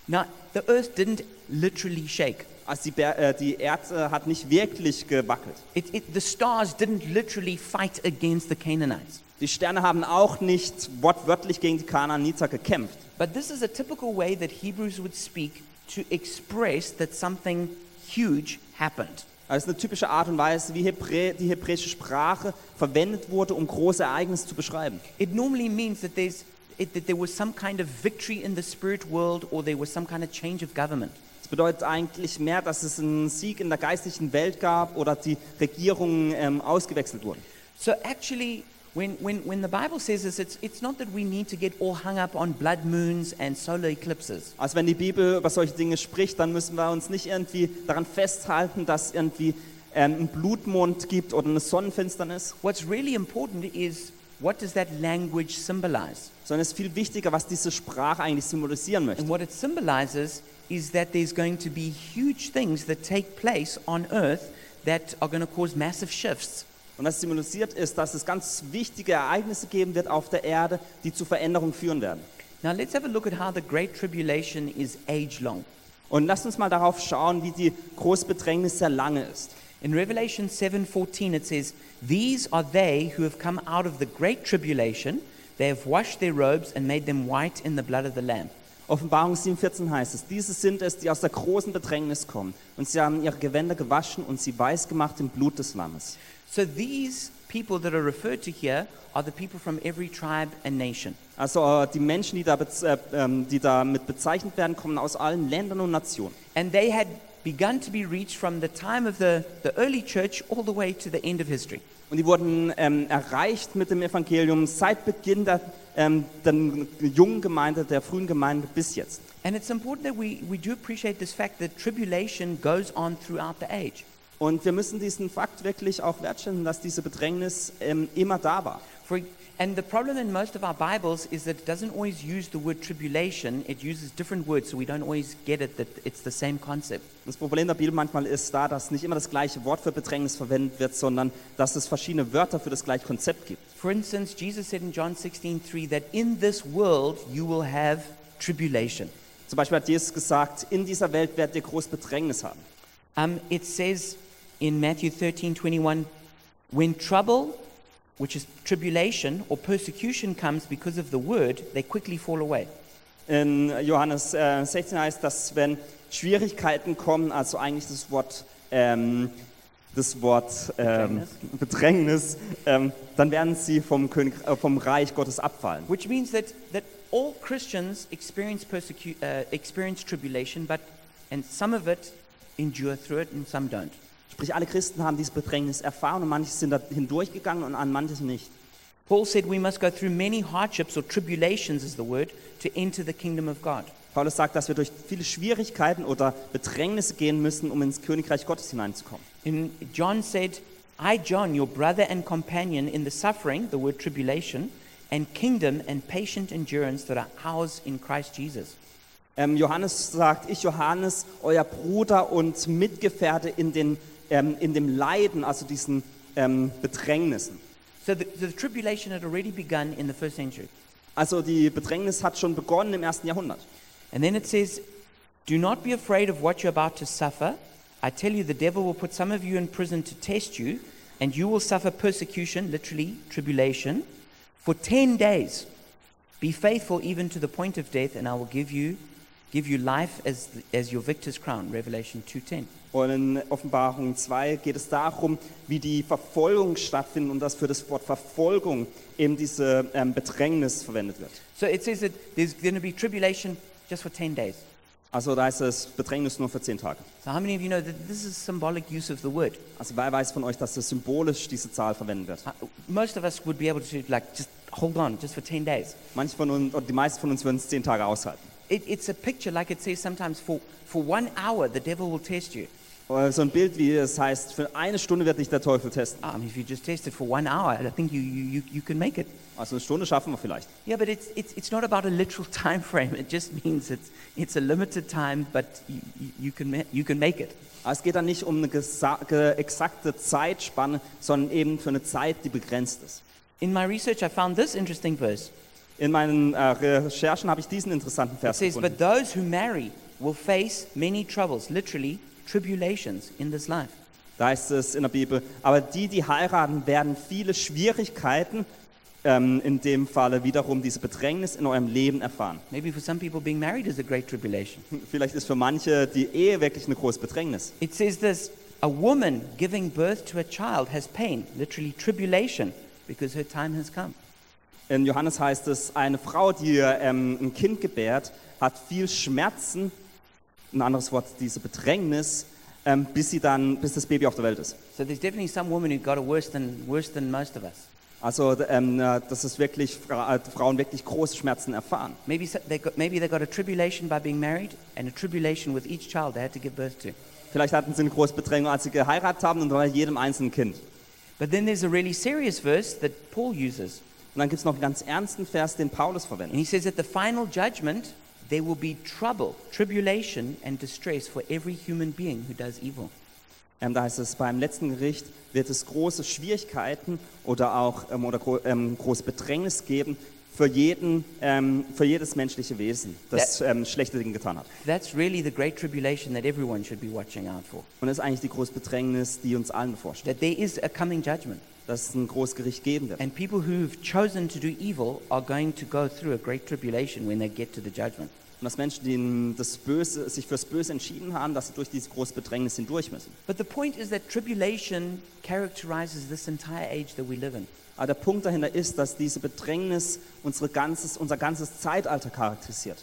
Speaker 1: Now, the earth didn't literally shake.
Speaker 2: Also die, Ber äh, die Erde hat nicht wirklich gewackelt.
Speaker 1: It, it, the stars didn't literally fight against the Canaanites.
Speaker 2: Die Sterne haben auch nicht wortwörtlich gegen die Kanaaniter gekämpft.
Speaker 1: But this is a typical way that Hebrews would speak to express that something huge happened.
Speaker 2: Also eine typische Art und Weise, wie Hebrä die hebräische Sprache verwendet wurde, um große Ereignisse zu beschreiben.
Speaker 1: It normally means that, there's, it, that there was some kind of victory in the spirit world or there was some kind of change of government.
Speaker 2: Das bedeutet eigentlich mehr, dass es einen Sieg in der geistlichen Welt gab oder die Regierungen ähm, ausgewechselt wurden.
Speaker 1: So actually, when, when, when the Bible says this, it's, it's not that we need to get all hung up on blood moons and solar eclipses.
Speaker 2: Also wenn die Bibel über solche Dinge spricht, dann müssen wir uns nicht irgendwie daran festhalten, dass irgendwie ähm, ein Blutmond gibt oder eine Sonnenfinsternis,
Speaker 1: What's really important is what does that language symbolize?
Speaker 2: sondern es ist viel wichtiger, was diese Sprache eigentlich symbolisieren möchte.
Speaker 1: And what it symbolizes is that there's going to be huge things that take place on earth that are going to cause massive shifts.
Speaker 2: Und das symbolisiert ist, dass es ganz wichtige Ereignisse geben wird auf der Erde, die zu Veränderungen führen werden.
Speaker 1: Now let's have a look at how the Great Tribulation is age long.
Speaker 2: Und lasst uns mal darauf schauen, wie die Großbedrängnis sehr lange ist.
Speaker 1: In Revelation 7:14 it says, "These are they who have come out of the great tribulation; they have washed their robes and made them white in the blood of the lamb."
Speaker 2: Offenbarung 7,14 heißt es, diese sind es, die aus der großen Bedrängnis kommen. Und sie haben ihre Gewänder gewaschen und sie weiß gemacht im Blut des Lammes.
Speaker 1: So these people that are referred to here are the people from every tribe and nation.
Speaker 2: Also äh, die Menschen, die, da bez- äh, ähm, die damit bezeichnet werden, kommen aus allen Ländern und Nationen.
Speaker 1: And they had begun to be reached from the time of the, the early church all the way to the end of history.
Speaker 2: Und die wurden ähm, erreicht mit dem Evangelium seit Beginn der, ähm, der jungen Gemeinde, der frühen Gemeinde bis jetzt.
Speaker 1: And it's important that we, we do appreciate this fact that tribulation goes on throughout the age.
Speaker 2: Und wir müssen diesen Fakt wirklich auch wertschätzen, dass diese Bedrängnis ähm, immer da war.
Speaker 1: For, and the problem in most of our Bibles is that it doesn't always use the word tribulation, it uses different words, so we don't always get it that it's the same concept.
Speaker 2: Das Problem der Bibel manchmal ist da, dass nicht immer das gleiche Wort für Bedrängnis verwendet wird, sondern dass es verschiedene Wörter für das gleiche Konzept gibt.
Speaker 1: For instance, Jesus said in John 16:3 that in this world you will have tribulation.
Speaker 2: Zum Beispiel hat Jesus gesagt, in dieser Welt werdet ihr groß Bedrängnis haben.
Speaker 1: Um, it says in Matthew 13 21, when trouble, which is tribulation or persecution, comes because of the word, they quickly fall away.
Speaker 2: In Johannes äh, 16 heißt, dass wenn Schwierigkeiten kommen, also eigentlich das Wort, ähm, das Wort ähm, Bedrängnis, ähm, dann werden sie vom, König, äh, vom Reich Gottes abfallen.
Speaker 1: Which means that, that all Christians experience, persecu- uh, experience tribulation, but, and some of it endure through it and some don't.
Speaker 2: Sprich, alle Christen haben dieses Bedrängnis erfahren und manche sind da hindurchgegangen und an manches nicht.
Speaker 1: Paul said we must go through many hardships or tribulations, is the word, to enter the kingdom of God.
Speaker 2: Paulus sagt, dass wir durch viele Schwierigkeiten oder Bedrängnisse gehen müssen, um ins Königreich Gottes hineinzukommen.
Speaker 1: In John said, I, John, your brother and companion in the suffering, the word tribulation, and kingdom and patient endurance that are ours in Christ Jesus.
Speaker 2: Ähm, Johannes sagt, ich Johannes, euer Bruder und Mitgefährte in, den, ähm, in dem Leiden, also diesen ähm, Bedrängnissen.
Speaker 1: So the, the tribulation had already begun in the first century.
Speaker 2: Also die Bedrängnis hat schon begonnen im ersten Jahrhundert.
Speaker 1: And then it says, Do not be afraid of what you're about to suffer. I tell you, the devil will put some of you in prison to test you, and you will suffer persecution, literally tribulation, for 10 days. Be faithful even to the point of death, and I will give you, give you life as, as your victor's crown. Revelation 2.10.
Speaker 2: Und in Offenbarung 2 geht es darum, wie die Verfolgung stattfindet und dass für das Wort Verfolgung eben diese ähm, Bedrängnis verwendet wird.
Speaker 1: So it says that there's going to be tribulation just for 10 days.
Speaker 2: Also da ist das Bedrängnis nur für zehn Tage.
Speaker 1: So how many of you know that this is symbolic use of the word?
Speaker 2: Also wer weiß von euch, dass das symbolisch diese Zahl verwendet wird?
Speaker 1: Uh, Most of us would be able to like just hold on just for 10 days.
Speaker 2: Manche von uns, oder die meisten von uns würden es zehn Tage aushalten.
Speaker 1: It, it's a picture, like it says sometimes, for, for one hour the devil will test you.
Speaker 2: Oder Äh, So ein Bild, wie es heißt, für eine Stunde wird dich der Teufel testen.
Speaker 1: Ah, I mean, if you just test it for one hour, I think you, you, you, you can make it.
Speaker 2: Also eine Stunde schaffen wir vielleicht.
Speaker 1: Yeah, but it's, it's, it's not about a literal time frame. It just means it's, it's a limited time, but you, you, you, can, ma- you can make it.
Speaker 2: Aber es geht dann nicht um eine gesa- ge- exakte Zeitspanne, sondern eben für eine Zeit, die begrenzt ist.
Speaker 1: In my research, I found this interesting verse.
Speaker 2: In meinen äh, Recherchen habe ich diesen interessanten
Speaker 1: It
Speaker 2: Vers
Speaker 1: says,
Speaker 2: gefunden.
Speaker 1: But those who marry will face many troubles, literally tribulations, in this life.
Speaker 2: Da heißt es in der Bibel, aber die, die heiraten, werden viele Schwierigkeiten, ähm, in dem Falle wiederum diese Bedrängnis in eurem Leben erfahren.
Speaker 1: Maybe for some people, being married is a great tribulation.
Speaker 2: Vielleicht ist für manche die Ehe wirklich eine große Bedrängnis.
Speaker 1: It says this A woman giving birth to a child has pain, literally tribulation, because her time has come.
Speaker 2: In Johannes heißt es, eine Frau, die ähm, ein Kind gebärt, hat viel Schmerzen, ein anderes Wort, diese Bedrängnis, ähm, bis, sie dann, bis das Baby auf der Welt ist.
Speaker 1: So there's definitely some women who got it worse than, worse than most of us.
Speaker 2: Also, ähm, äh, dass es wirklich, Fra- äh, Frauen wirklich große Schmerzen erfahren.
Speaker 1: Maybe so- they, got, maybe they got a tribulation by being married and a tribulation with each child they had to give birth to.
Speaker 2: Vielleicht hatten sie eine große Bedrängung, als sie geheiratet haben und bei jedem einzelnen Kind.
Speaker 1: But then there's a really serious verse that Paul uses.
Speaker 2: Und dann gibt es noch einen ganz ernsten Vers, den Paulus
Speaker 1: And
Speaker 2: verwendet.
Speaker 1: he says, At the final judgment, there will be trouble, tribulation, and distress for every human being who does evil.
Speaker 2: Ähm, da heißt es, beim letzten Gericht wird es große Schwierigkeiten oder auch ähm, oder gro ähm, große Bedrängnis geben für, jeden, ähm, für jedes menschliche Wesen, das ähm, schlechte Dinge getan hat.
Speaker 1: That's really the great tribulation that everyone should be watching out for.
Speaker 2: Und das ist eigentlich die große Bedrängnis, die uns allen
Speaker 1: That
Speaker 2: bevorsteht,
Speaker 1: there is a coming judgment,
Speaker 2: dass es ein großes Gericht geben wird.
Speaker 1: and people who've chosen to do evil are going to go through a great tribulation when they get to the judgment.
Speaker 2: Und dass Menschen, die in das Böse, sich fürs Böse entschieden haben, dass sie durch dieses große Bedrängnis hindurch müssen.
Speaker 1: But the point is that tribulation characterizes this entire age that we live in.
Speaker 2: Aber der Punkt dahinter ist, dass diese Bedrängnis unsere ganzes, unser ganzes Zeitalter charakterisiert.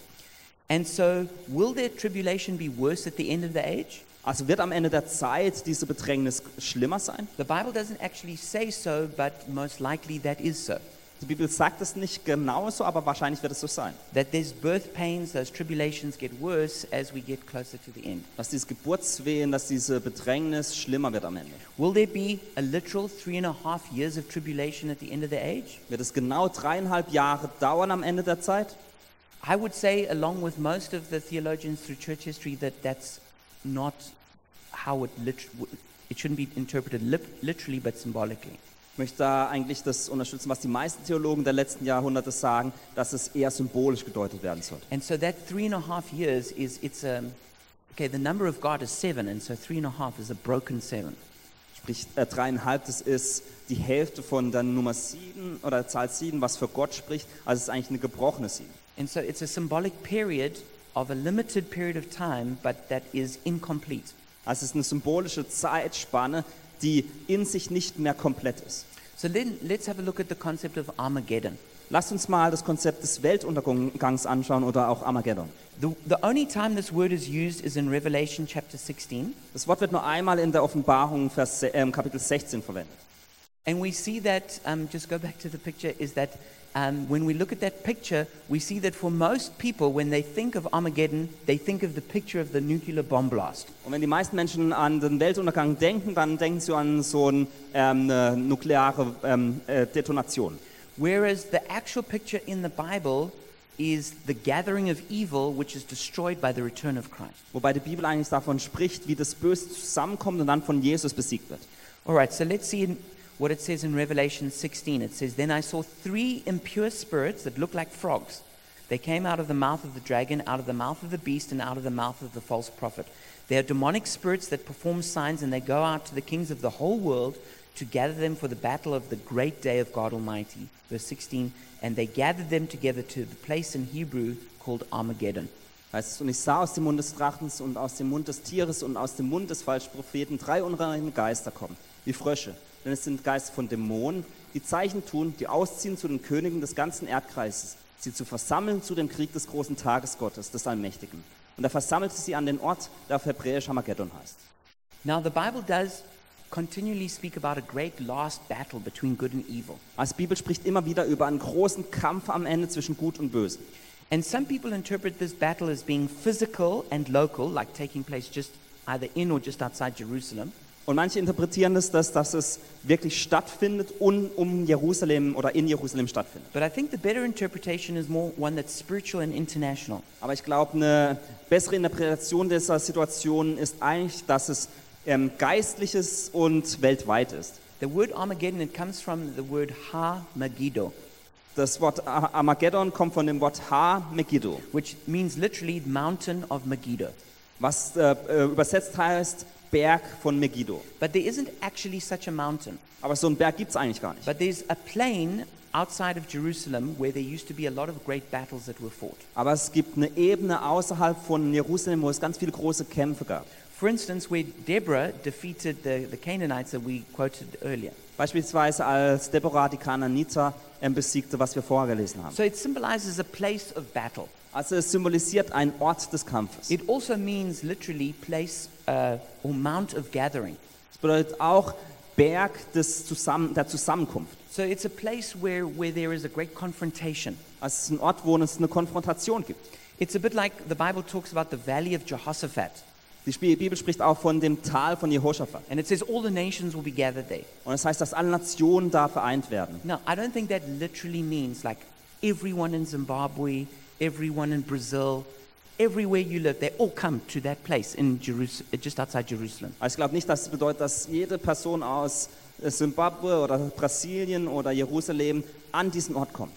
Speaker 1: And so, will their tribulation be worse at the end of the age?
Speaker 2: Also wird am Ende der Zeit diese Bedrängnis schlimmer sein?
Speaker 1: The Bible doesn't actually say so, but most likely that is so.
Speaker 2: Die Bibel sagt es nicht genauso, aber wahrscheinlich wird es so sein,
Speaker 1: That there's birth pains, those tribulations get worse as we get closer to the end.
Speaker 2: dass dieses Geburtswehen, dass diese Bedrängnis schlimmer wird am Ende.
Speaker 1: Will there be a literal three and a half years of tribulation at the end of the age?
Speaker 2: Wird es genau dreieinhalb Jahre dauern am Ende der Zeit?
Speaker 1: I would say, along with most of the theologians through church history, that that's not how it lit- w- it shouldn't be interpreted lip- literally but symbolically.
Speaker 2: Ich möchte da eigentlich das unterstützen, was die meisten Theologen der letzten Jahrhunderte sagen, dass es eher symbolisch gedeutet werden soll.
Speaker 1: And so that three and a half years is it's um, okay. The number of God is seven, and so three and a half is a broken seven.
Speaker 2: Sprich, äh, dreieinhalb, das ist die Hälfte von der Nummer sieben oder der Zahl sieben, was für Gott spricht. Also es ist eigentlich eine gebrochene sieben.
Speaker 1: And so it's a symbolic period of a limited period of time, but that is incomplete.
Speaker 2: Also es ist eine symbolische Zeitspanne, die in sich nicht mehr komplett ist.
Speaker 1: So then let's have a look at the concept of Armageddon.
Speaker 2: Lasst uns mal das Konzept des Weltuntergangs anschauen oder auch Armageddon.
Speaker 1: The, the only time this word is used is in Revelation chapter 16.
Speaker 2: Das Wort wird nur einmal in der Offenbarung Vers, äh, im Kapitel 16 verwendet.
Speaker 1: And we see that, um, just go back to the picture, is that um, when we look at that picture, we see that for most people, when they think of Armageddon, they think of the picture of the nuclear bomb blast.
Speaker 2: Und wenn die meisten Menschen an den Weltuntergang denken, dann denken sie an so eine ähm, eine nukleare ähm, äh, Detonation.
Speaker 1: Whereas the actual picture in the Bible is the gathering of evil, which is destroyed by the return of Christ.
Speaker 2: Wobei die Bibel eigentlich davon spricht, wie das Böse zusammenkommt und dann von Jesus besiegt wird.
Speaker 1: All right, so let's see in what it says in Revelation 16. It says, Then I saw three impure spirits that looked like frogs. They came out of the mouth of the dragon, out of the mouth of the beast, and out of the mouth of the false prophet. They are demonic spirits that perform signs, and they go out to the kings of the whole world to gather them for the battle of the great day of God Almighty. Verse 16, and they gathered them together to the place in Hebrew called Armageddon.
Speaker 2: Heißt es, und ich sah aus dem Mund des Drachens und aus dem Mund des Tieres und aus dem Mund des falschen Propheten drei unreine Geister kommen, wie Frösche. Denn es sind Geister von Dämonen, die Zeichen tun, die ausziehen zu den Königen des ganzen Erdkreises, sie zu versammeln zu dem Krieg des großen Tages Gottes, des Allmächtigen. Und er versammelte sie an den Ort, der auf Hebräisch Hamageddon heißt.
Speaker 1: Now, the Bible does continually speak about a great last battle between good and evil.
Speaker 2: Als Bibel spricht immer wieder über einen großen Kampf am Ende zwischen Gut und Böse.
Speaker 1: And some people interpret this battle as being physical and local, like taking place just either in or just outside Jerusalem.
Speaker 2: Und manche interpretieren es, dass, dass es wirklich stattfindet und um Jerusalem oder in Jerusalem stattfindet.
Speaker 1: But I think the better interpretation is more one that's spiritual and international.
Speaker 2: Aber ich glaube, eine bessere Interpretation dieser Situation ist eigentlich, dass es ähm, geistliches und weltweit ist.
Speaker 1: The word Armageddon, it comes from the word Ha Megiddo,
Speaker 2: Das Wort A- Armageddon kommt von dem Wort Ha Megiddo,
Speaker 1: which means literally mountain of Megiddo.
Speaker 2: was äh, äh, übersetzt heißt Berg von Megiddo.
Speaker 1: But there isn't actually such a mountain.
Speaker 2: Aber so einen Berg gibt es eigentlich gar nicht.
Speaker 1: But there's a plain outside of Jerusalem where there used to be a lot of great battles that were fought.
Speaker 2: Aber es gibt eine Ebene außerhalb von Jerusalem, wo es ganz viele große Kämpfe gab.
Speaker 1: For instance, where Deborah defeated the, the Canaanites that we quoted earlier.
Speaker 2: Beispielsweise als Deborah die Kanaaniter ähm, besiegte, was wir vorgelesen haben.
Speaker 1: So it symbolizes a place of battle.
Speaker 2: Also es symbolisiert einen Ort des Kampfes.
Speaker 1: It also means literally place uh, or mount of gathering.
Speaker 2: Es bedeutet auch Berg des Zusammen der Zusammenkunft.
Speaker 1: So it's a place where, where there is a great confrontation.
Speaker 2: Also es ist ein Ort, wo es eine Konfrontation gibt.
Speaker 1: It's a bit like the Bible talks about the valley of Jehoshaphat,
Speaker 2: Die Spie- Bibel spricht auch von dem Tal von Jehoshaphat.
Speaker 1: and it says all the nations will be gathered there.
Speaker 2: Und das heißt, dass alle Nationen da vereint werden.
Speaker 1: Now, I don't think that literally means like everyone in Zimbabwe, everyone in Brazil, everywhere you live, they all come to that place in Jerus- uh, just outside Jerusalem.
Speaker 2: Also ich glaube nicht, dass es bedeutet, dass jede Person aus äh, Simbabwe oder Brasilien oder Jerusalem an diesen Ort kommt.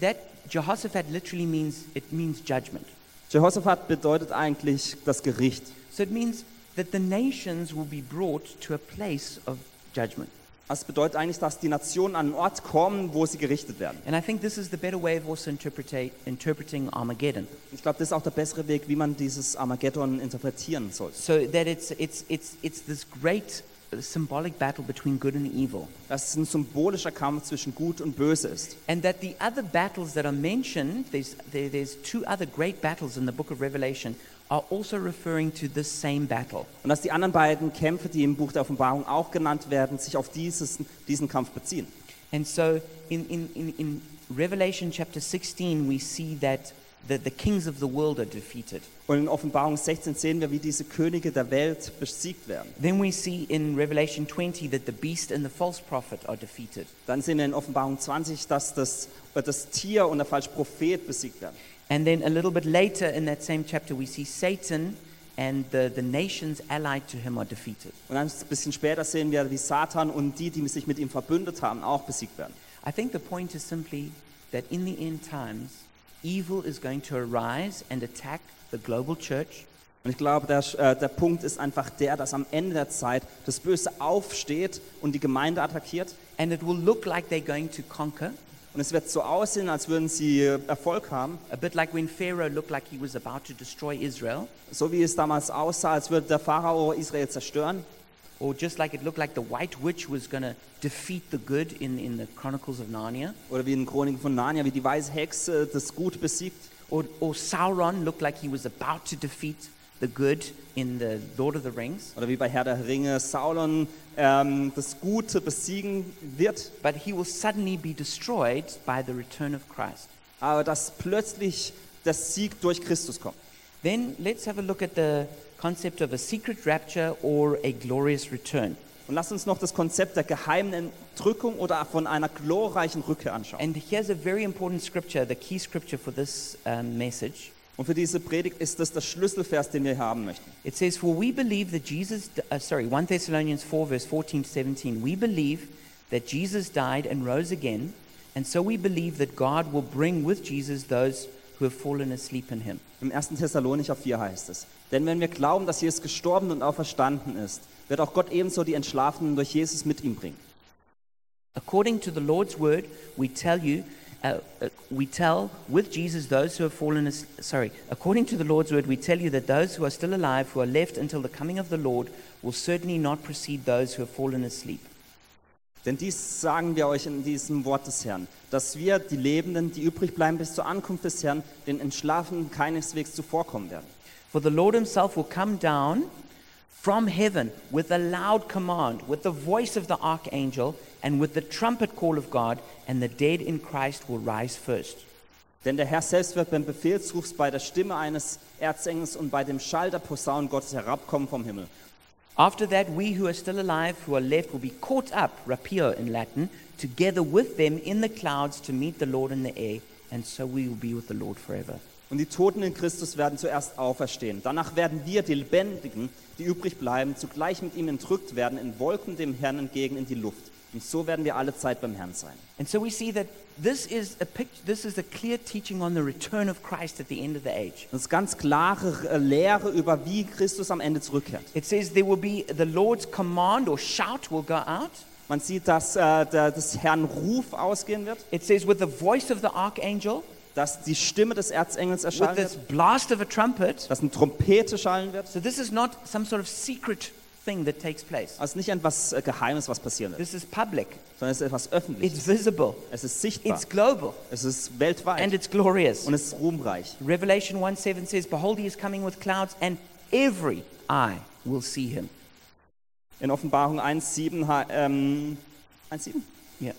Speaker 1: That Jehoshaphat literally means it means judgment.
Speaker 2: Jehoshaphat bedeutet eigentlich das Gericht.
Speaker 1: So it means that the nations will be brought to a place of judgment.
Speaker 2: Das Also bedeutet eigentlich, dass die Nationen an einen Ort kommen, wo sie gerichtet werden.
Speaker 1: And I think this is the better way of also interpretate, interpreting Armageddon.
Speaker 2: Ich glaube, das ist auch der bessere Weg, wie man dieses Armageddon interpretieren soll.
Speaker 1: So that it's, it's, it's, it's this great uh, symbolic battle between good and evil.
Speaker 2: Dass es ein symbolischer Kampf zwischen Gut und Böse ist.
Speaker 1: And that the other battles that are mentioned, there's, there, there's two other great battles in the book of Revelation, are also referring to this same battle.
Speaker 2: Und dass die anderen beiden Kämpfe, die im Buch der Offenbarung auch genannt werden, sich auf dieses, diesen Kampf beziehen.
Speaker 1: And so in, in, in, in Revelation chapter 16, we see that the, the kings of the world are defeated.
Speaker 2: Und in Offenbarung 16 sehen wir, wie diese Könige der Welt besiegt werden.
Speaker 1: Then we see in Revelation 20 that the beast and the false prophet are defeated.
Speaker 2: Dann sehen wir in Offenbarung 20, dass das, äh, das Tier und der falsche Prophet besiegt werden.
Speaker 1: And then a little bit later in that same chapter, we see Satan and the, the nations allied to him are defeated.
Speaker 2: Und dann ein bisschen später sehen wir, wie Satan und die, die sich mit ihm verbündet haben, auch besiegt werden.
Speaker 1: I think the point is simply that in the end times, evil is going to arise and attack the global church,
Speaker 2: Und ich glaube, der, äh, der Punkt ist einfach der, dass am Ende der Zeit das Böse aufsteht und die Gemeinde attackiert.
Speaker 1: and it will look like they're going to conquer,
Speaker 2: Und es wird so aussehen, als würden sie äh, Erfolg haben,
Speaker 1: a bit like when Pharaoh looked like he was about to destroy Israel,
Speaker 2: so wie es damals aussah, als würde der Pharao Israel zerstören.
Speaker 1: or just like it looked like the white witch was going to defeat the good in, in the Chronicles of Narnia,
Speaker 2: Oder wie in Chroniken von Narnia, wie die weiße Hexe das Gute besiegt.
Speaker 1: or, or Sauron looked like he was about to defeat the good in the Lord of the Rings,
Speaker 2: Oder wie bei Herr der Ringe Sauron ähm, das Gute besiegen wird.
Speaker 1: but he will suddenly be destroyed by the return of Christ.
Speaker 2: Aber dass plötzlich der Sieg durch Christus kommt.
Speaker 1: Then let's have a look at the concept of a secret rapture or a glorious return.
Speaker 2: Und lasst uns noch das Konzept der geheimen Entrückung oder von einer glorreichen Rückkehr anschauen.
Speaker 1: And here's a very important scripture, the key scripture for this um, message.
Speaker 2: Und für diese Predigt ist das der Schlüsselvers, den wir haben möchten.
Speaker 1: It says, For we believe that Jesus, d- uh, sorry, 1 Thessalonians 4, verse 14 to 17, we believe that Jesus died and rose again, and so we believe that God will bring with Jesus those who have fallen asleep in him.
Speaker 2: Im 1. Thessalonicher 4 heißt es, denn wenn wir glauben, dass Jesus gestorben und auferstanden ist, wird auch Gott ebenso die Entschlafenen durch Jesus mit ihm bringen.
Speaker 1: According to the Lord's word, we tell you, uh, uh, we tell with Jesus those who have fallen, as, sorry, according to the Lord's word, we tell you that those who are still alive, who are left until the coming of the Lord, will certainly not precede those who have fallen asleep.
Speaker 2: Denn dies sagen wir euch in diesem Wort des Herrn, dass wir, die Lebenden, die übrig bleiben bis zur Ankunft des Herrn, den Entschlafenen keineswegs zuvorkommen werden.
Speaker 1: For the Lord himself will come down from heaven with a loud command, with the voice of the archangel, and with the trumpet call of God, and the dead in Christ will rise first.
Speaker 2: Denn der Herr selbst wird beim Befehlsrufs bei der Stimme eines Erzengels und bei dem Schall der Posaunen Gottes herabkommen vom Himmel.
Speaker 1: After that, we who are still alive, who are left, will be caught up, rapio in Latin, together with them in the clouds to meet the Lord in the air, and so we will be with the Lord forever.
Speaker 2: Und die Toten in Christus werden zuerst auferstehen. Danach werden wir, die Lebendigen, die übrig bleiben, zugleich mit ihm entrückt werden, in Wolken dem Herrn entgegen in die Luft. Und so werden wir alle Zeit beim Herrn sein.
Speaker 1: And so we see that this is a pic- this is a clear teaching on the return of Christ at the end of the age.
Speaker 2: Das ist ganz klare äh, Lehre über, wie Christus am Ende zurückkehrt.
Speaker 1: It says there will be the Lord's command or shout will go out.
Speaker 2: Man sieht, dass äh, der, des Herrn Ruf ausgehen wird.
Speaker 1: It says with the voice of the archangel,
Speaker 2: dass die Stimme des Erzengels
Speaker 1: with
Speaker 2: erschallen
Speaker 1: this
Speaker 2: wird,
Speaker 1: blast of a trumpet.
Speaker 2: dass eine Trompete schallen wird. Also
Speaker 1: So this is not some sort of secret thing that takes place.
Speaker 2: Also es ist nicht etwas äh, Geheimes, was passieren wird,
Speaker 1: This is public.
Speaker 2: sondern es ist etwas
Speaker 1: It's
Speaker 2: Öffentliches.
Speaker 1: visible.
Speaker 2: Es ist sichtbar.
Speaker 1: It's global
Speaker 2: Es ist
Speaker 1: and
Speaker 2: weltweit.
Speaker 1: it's glorious.
Speaker 2: Und es ist ruhmreich.
Speaker 1: Revelation 1 7 says, Behold, he is coming with clouds, and every eye will see him.
Speaker 2: In Offenbarung 1,7 hei- ähm, 1,7?
Speaker 1: Yeah.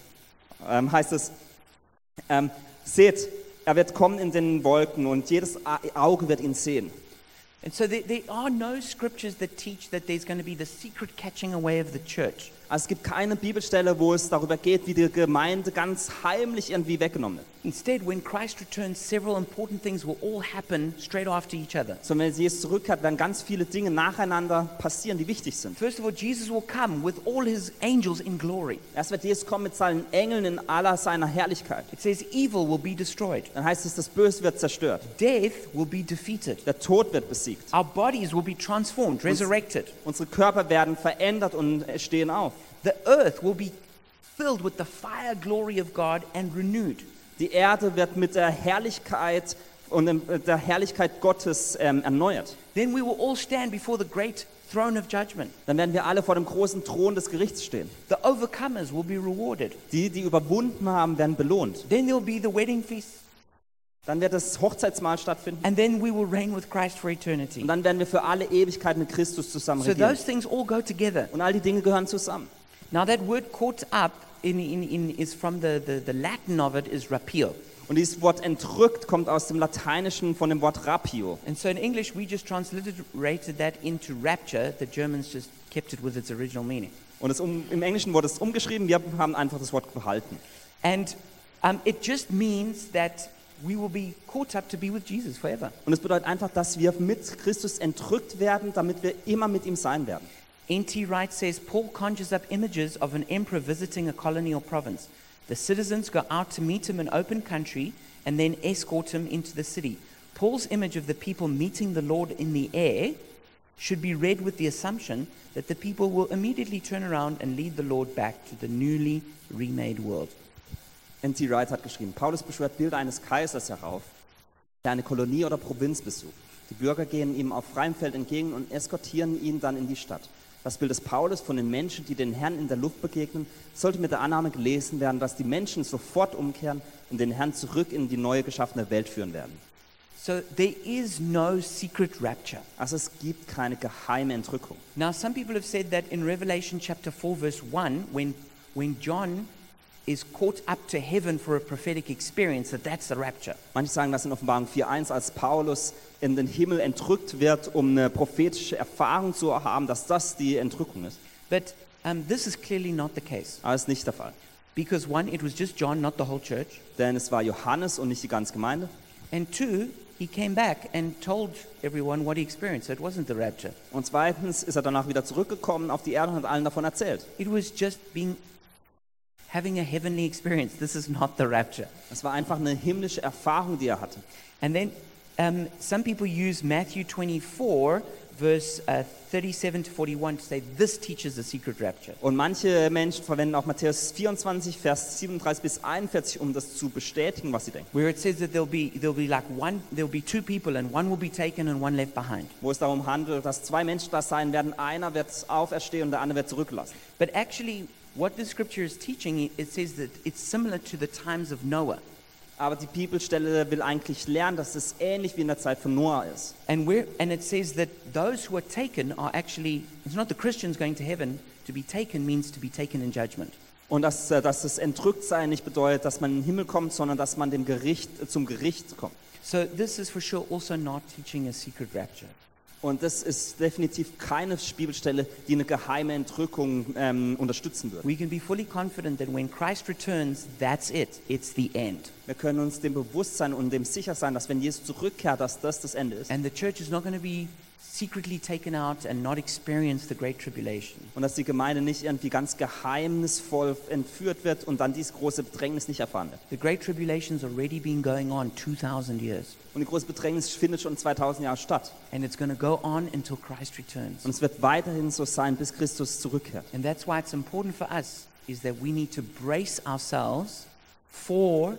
Speaker 2: ähm, heißt es, ähm, seht, er wird kommen in den Wolken und jedes A- Auge wird ihn sehen.
Speaker 1: And so there, there are no scriptures that teach that there's going to be the secret catching away of the church.
Speaker 2: Also es gibt keine Bibelstelle, wo es darüber geht, wie die Gemeinde ganz heimlich irgendwie weggenommen wird.
Speaker 1: Instead, when Christ returns, several important things will all happen straight after each other.
Speaker 2: Sondern wenn Jesus zurückkehrt, werden ganz viele Dinge nacheinander passieren, die wichtig sind.
Speaker 1: First of all, Jesus will come with all his angels in glory.
Speaker 2: Erst wird Jesus kommen mit seinen Engeln in aller seiner Herrlichkeit.
Speaker 1: It says evil will be destroyed,
Speaker 2: Dann heißt es, das Böse wird zerstört.
Speaker 1: death will be defeated,
Speaker 2: Der Tod wird besiegt.
Speaker 1: our bodies will be transformed, resurrected,
Speaker 2: Unsere Körper werden verändert und stehen auf.
Speaker 1: the earth will be filled with the fire glory of God and renewed.
Speaker 2: Die Erde wird mit der Herrlichkeit und ähm, der Herrlichkeit Gottes ähm, erneuert.
Speaker 1: Then we will all stand before the great throne of judgment.
Speaker 2: Dann werden wir alle vor dem großen Thron des Gerichts stehen.
Speaker 1: The overcomers will be rewarded.
Speaker 2: Die, die überwunden haben, werden belohnt.
Speaker 1: Then there will be the wedding feast,
Speaker 2: Dann wird das Hochzeitsmahl stattfinden.
Speaker 1: and then we will reign with Christ for
Speaker 2: Und
Speaker 1: eternity.
Speaker 2: dann werden wir für alle Ewigkeit mit Christus zusammen
Speaker 1: So
Speaker 2: regieren.
Speaker 1: those things all go together.
Speaker 2: Und all die Dinge gehören zusammen.
Speaker 1: Now that word caught up in, in, in is from the, the, the Latin of it is rapio.
Speaker 2: Und dieses Wort entrückt kommt aus dem Lateinischen von dem Wort rapio.
Speaker 1: And so in English, we just transliterated that into rapture. The Germans just kept it with its original meaning.
Speaker 2: Und es um, im Englischen wurde es umgeschrieben, wir haben einfach das Wort behalten.
Speaker 1: And um, it just means that we will be caught up to be with Jesus forever.
Speaker 2: Und es bedeutet einfach, dass wir mit Christus entrückt werden, damit wir immer mit ihm sein werden.
Speaker 1: N.T. Wright says Paul conjures up images of an emperor visiting a colony or province. The citizens go out to meet him in open country and then escort him into the city. Paul's image of the people meeting the Lord in the air should be read with the assumption that the people will immediately turn around and lead the Lord back to the newly remade world.
Speaker 2: N.T. Wright hat geschrieben, Paulus beschwört Bilder eines Kaisers herauf, der eine Kolonie oder Provinz besucht. Die Bürger gehen ihm auf freiem Feld entgegen und eskortieren ihn dann in die Stadt. Das Bild des Paulus von den Menschen, die den Herrn in der Luft begegnen, sollte mit der Annahme gelesen werden, dass die Menschen sofort umkehren und den Herrn zurück in die neu geschaffene Welt führen werden.
Speaker 1: So there is no secret rapture.
Speaker 2: Also es gibt keine geheime Entrückung.
Speaker 1: Now, some people have said that in Revelation chapter 4, verse 1, when, when John is caught up to heaven for a prophetic experience, that that's the rapture.
Speaker 2: Manche sagen das in Offenbarung 4.1, als Paulus in den Himmel entrückt wird, um eine prophetische Erfahrung zu haben, dass das die Entrückung ist.
Speaker 1: But um, this is clearly not the case.
Speaker 2: Aber es ist nicht der Fall.
Speaker 1: Because, one, it was just John, not the whole church.
Speaker 2: Denn es war Johannes und nicht die ganze Gemeinde.
Speaker 1: And two, he came back and told everyone what he experienced. So it wasn't the rapture,
Speaker 2: Und zweitens ist er danach wieder zurückgekommen auf die Erde und hat allen davon erzählt.
Speaker 1: it was just being. Having a heavenly experience. This is not the rapture.
Speaker 2: Es war einfach eine himmlische Erfahrung, die er hatte.
Speaker 1: And then um, some people use Matthew 24, verse uh, 37 to 41, to say this teaches the secret rapture.
Speaker 2: Und manche Menschen verwenden auch Matthäus 24, Vers 37 bis 41, um das zu bestätigen, was sie denken.
Speaker 1: Where it says that there'll be, there'll be like one, there'll be two people and one will be taken and one left behind.
Speaker 2: Wo es darum handelt, dass zwei Menschen da sein werden. Einer wird auferstehen und der andere wird zurückgelassen.
Speaker 1: But actually, what the scripture is teaching, it- it says that it's similar to the times of Noah.
Speaker 2: Aber die Bibelstelle will eigentlich lernen, dass es ähnlich wie in der Zeit von Noah ist.
Speaker 1: And, where, and it says that those who are taken are actually, it's not the Christians going to heaven. To be taken means to be taken in judgment.
Speaker 2: Und dass, äh, dass das Entrücktsein nicht bedeutet, dass man in den Himmel kommt, sondern dass man dem Gericht, zum Gericht kommt.
Speaker 1: So this is for sure also not teaching a secret rapture.
Speaker 2: Und das ist definitiv keine Bibelstelle, die eine geheime Entrückung ähm, unterstützen würde.
Speaker 1: We can be fully confident that when Christ returns, that's it. It's the end.
Speaker 2: Wir können uns dem bewusst sein und dem sicher sein, dass wenn Jesus zurückkehrt, dass das das Ende ist.
Speaker 1: And the church is not going to be secretly taken out and not experience the Great Tribulation.
Speaker 2: Und dass die Gemeinde nicht irgendwie ganz geheimnisvoll entführt wird und dann dieses große Bedrängnis nicht erfahren wird.
Speaker 1: The Great Tribulation's already been going on 2,000 years,
Speaker 2: Und die große Bedrängnis findet schon 2000 Jahre statt.
Speaker 1: and it's going to go on until Christ returns.
Speaker 2: Und es wird weiterhin so sein, bis Christus zurückkehrt.
Speaker 1: And that's why it's important for us is that we need to brace ourselves for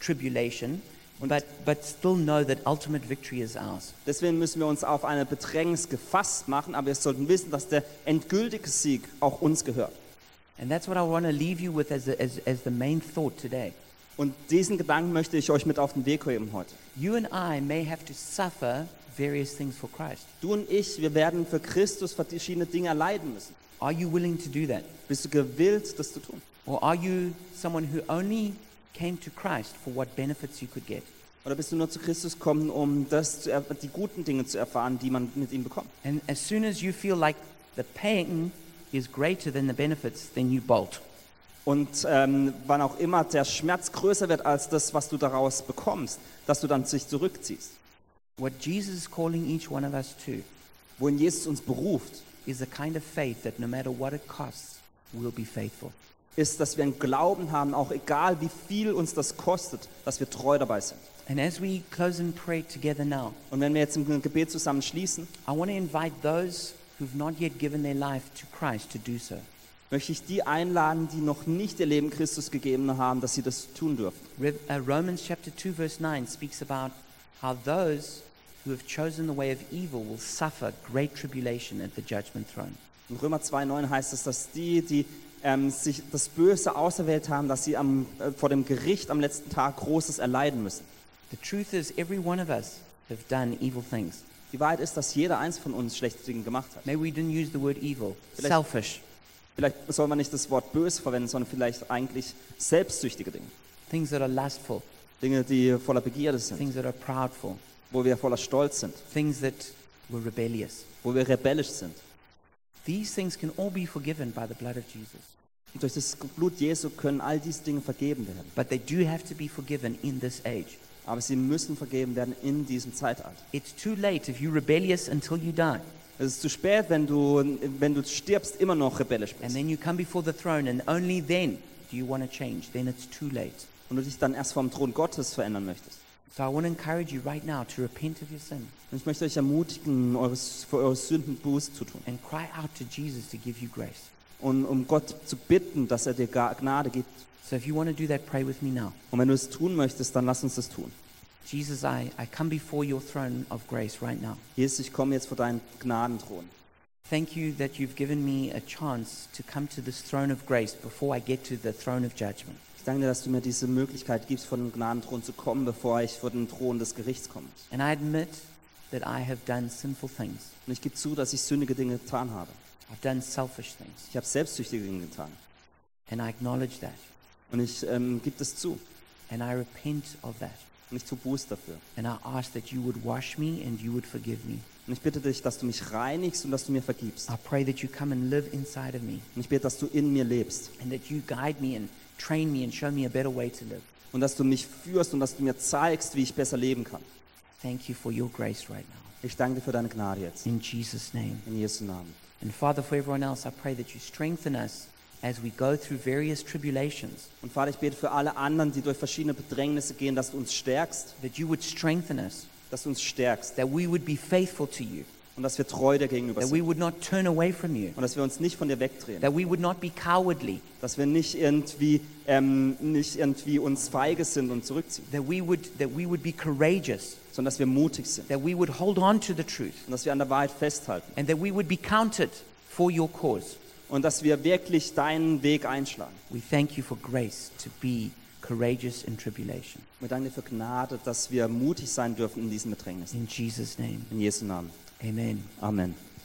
Speaker 1: tribulation
Speaker 2: Und
Speaker 1: but, but still know that ultimate victory is ours.
Speaker 2: deswegen müssen wir uns auf eine Bedrängnis gefasst machen, aber wir sollten wissen, dass der endgültige Sieg auch uns gehört.
Speaker 1: And that's what I want to leave you with as, the- as, as the main thought today.
Speaker 2: Und diesen Gedanken möchte ich euch mit auf den Weg geben heute.
Speaker 1: You and I may have to suffer various things for Christ.
Speaker 2: Du und ich, wir werden für Christus verschiedene Dinge erleiden müssen.
Speaker 1: Are you willing to do that?
Speaker 2: Bist du gewillt, das zu tun?
Speaker 1: Or are you someone who only came to Christ for what benefits you could get?
Speaker 2: Oder bist du nur zu Christus gekommen, um das zu er- die guten Dinge zu erfahren, die man mit ihm bekommt?
Speaker 1: And as soon as you feel like the pain is greater than the benefits, then you bolt.
Speaker 2: Und ähm, wann auch immer der Schmerz größer wird als das, was du daraus bekommst, dass du dann sich zurückziehst.
Speaker 1: What Jesus is calling each one of us to
Speaker 2: Wohin Jesus uns beruft,
Speaker 1: is the kind of faith that no matter what it costs, we'll be faithful.
Speaker 2: ist, dass wir einen Glauben haben, auch egal wie viel uns das kostet, dass wir treu dabei sind.
Speaker 1: And as we close in prayer together now,
Speaker 2: Und wenn wir jetzt im Gebet zusammen schließen,
Speaker 1: I want to invite those who've not yet given their life to Christ to do so.
Speaker 2: möchte ich die einladen, die noch nicht ihr Leben Christus gegeben haben, dass sie das tun dürfen.
Speaker 1: Rev- uh, Romans chapter 2 verse 9 speaks about how those who have chosen the way of evil will suffer great tribulation at the judgment throne.
Speaker 2: In Römer 2,9 heißt es, dass die, die ähm, sich das Böse auserwählt haben, dass sie am, äh, vor dem Gericht am letzten Tag Großes erleiden müssen.
Speaker 1: The truth is every one of us have done evil things.
Speaker 2: Die Wahrheit ist, dass jeder eins von uns schlechte Dinge gemacht hat.
Speaker 1: Maybe we didn't use the word evil,
Speaker 2: Vielleicht-
Speaker 1: selfish,
Speaker 2: Vielleicht soll man nicht das Wort böse verwenden, sondern vielleicht eigentlich selbstsüchtige Dinge.
Speaker 1: things that are lustful,
Speaker 2: Dinge, die voller Begierde sind,
Speaker 1: things that are proudful,
Speaker 2: wo wir voller Stolz sind,
Speaker 1: things that were rebellious.
Speaker 2: wo wir rebellisch sind.
Speaker 1: These things can all be forgiven by the blood of Jesus,
Speaker 2: Und durch das Blut Jesu können all diese Dinge vergeben werden.
Speaker 1: but they do have to be forgiven in this age.
Speaker 2: Aber sie müssen vergeben werden in diesem Zeitalter.
Speaker 1: It's too late if you're rebellious until you die.
Speaker 2: Es ist zu spät, wenn du, wenn du stirbst, immer noch rebellisch bist.
Speaker 1: And then you come before the throne, and only then do you want to change. Then it's too late.
Speaker 2: und du dich dann erst vom Thron Gottes verändern möchtest.
Speaker 1: So I want to encourage you right now to repent of your sin
Speaker 2: Und ich möchte euch ermutigen, eures, für eure Sünden Buße zu tun
Speaker 1: and cry out to Jesus to give you grace.
Speaker 2: und um Gott zu bitten, dass er dir Ga- Gnade gibt.
Speaker 1: So if you want to do that, pray with me now.
Speaker 2: Und wenn du es tun möchtest, dann lass uns das tun.
Speaker 1: Jesus, I, I come before your throne of grace right now.
Speaker 2: Jesus, ich komme jetzt vor deinen Gnadenthron.
Speaker 1: Thank you that you've given me a chance to come to this throne of grace before I get to the throne of judgment.
Speaker 2: Ich danke dir, dass du mir diese Möglichkeit gibst, vor den Gnadenthron zu kommen, bevor ich vor den Thron des Gerichts komme.
Speaker 1: And I admit that I have done sinful things.
Speaker 2: Und ich gebe zu, dass ich sündige Dinge getan habe.
Speaker 1: I've done selfish things.
Speaker 2: Ich habe selbstsüchtige Dinge getan.
Speaker 1: And I acknowledge that.
Speaker 2: Und ich ähm, gebe das zu.
Speaker 1: And I repent of that.
Speaker 2: Und ich tue Buße dafür.
Speaker 1: And I ask that you would wash me and you would forgive me.
Speaker 2: Und ich bitte dich, dass du mich reinigst und dass du mir vergibst.
Speaker 1: I pray that you come and live inside of me
Speaker 2: Und ich bete, dass du in mir lebst.
Speaker 1: and that you guide me and train me and show me a better way to live.
Speaker 2: und dass du mich führst und dass du mir zeigst, wie ich besser leben kann.
Speaker 1: Thank you for your grace right now.
Speaker 2: Ich danke dir für deine Gnade jetzt.
Speaker 1: In Jesus' name.
Speaker 2: In Jesu Namen.
Speaker 1: And Father, for everyone else, I pray that you strengthen us as we go through various tribulations,
Speaker 2: Und Vater, ich bete für alle anderen, die durch verschiedene Bedrängnisse gehen, dass du uns stärkst,
Speaker 1: that you would strengthen us,
Speaker 2: dass du uns stärkst
Speaker 1: that we would be faithful to you,
Speaker 2: und dass wir treu dir gegenüber
Speaker 1: that we
Speaker 2: sind.
Speaker 1: would not turn away from you,
Speaker 2: Und dass wir uns nicht von dir wegdrehen,
Speaker 1: that we would not be cowardly,
Speaker 2: dass wir nicht irgendwie, ähm, nicht irgendwie uns feige sind und zurückziehen,
Speaker 1: that we would, that we would be courageous,
Speaker 2: sondern dass wir mutig sind
Speaker 1: that we would hold on to the truth.
Speaker 2: und dass wir an der Wahrheit festhalten
Speaker 1: and that we would be counted for your cause.
Speaker 2: und dass wir wirklich deinen Weg einschlagen.
Speaker 1: We thank you for grace to be courageous in tribulation.
Speaker 2: Wir danken dir für Gnade, dass wir mutig sein dürfen in diesen Bedrängnissen.
Speaker 1: In Jesus' name,
Speaker 2: In Jesu Namen.
Speaker 1: amen.
Speaker 2: Amen.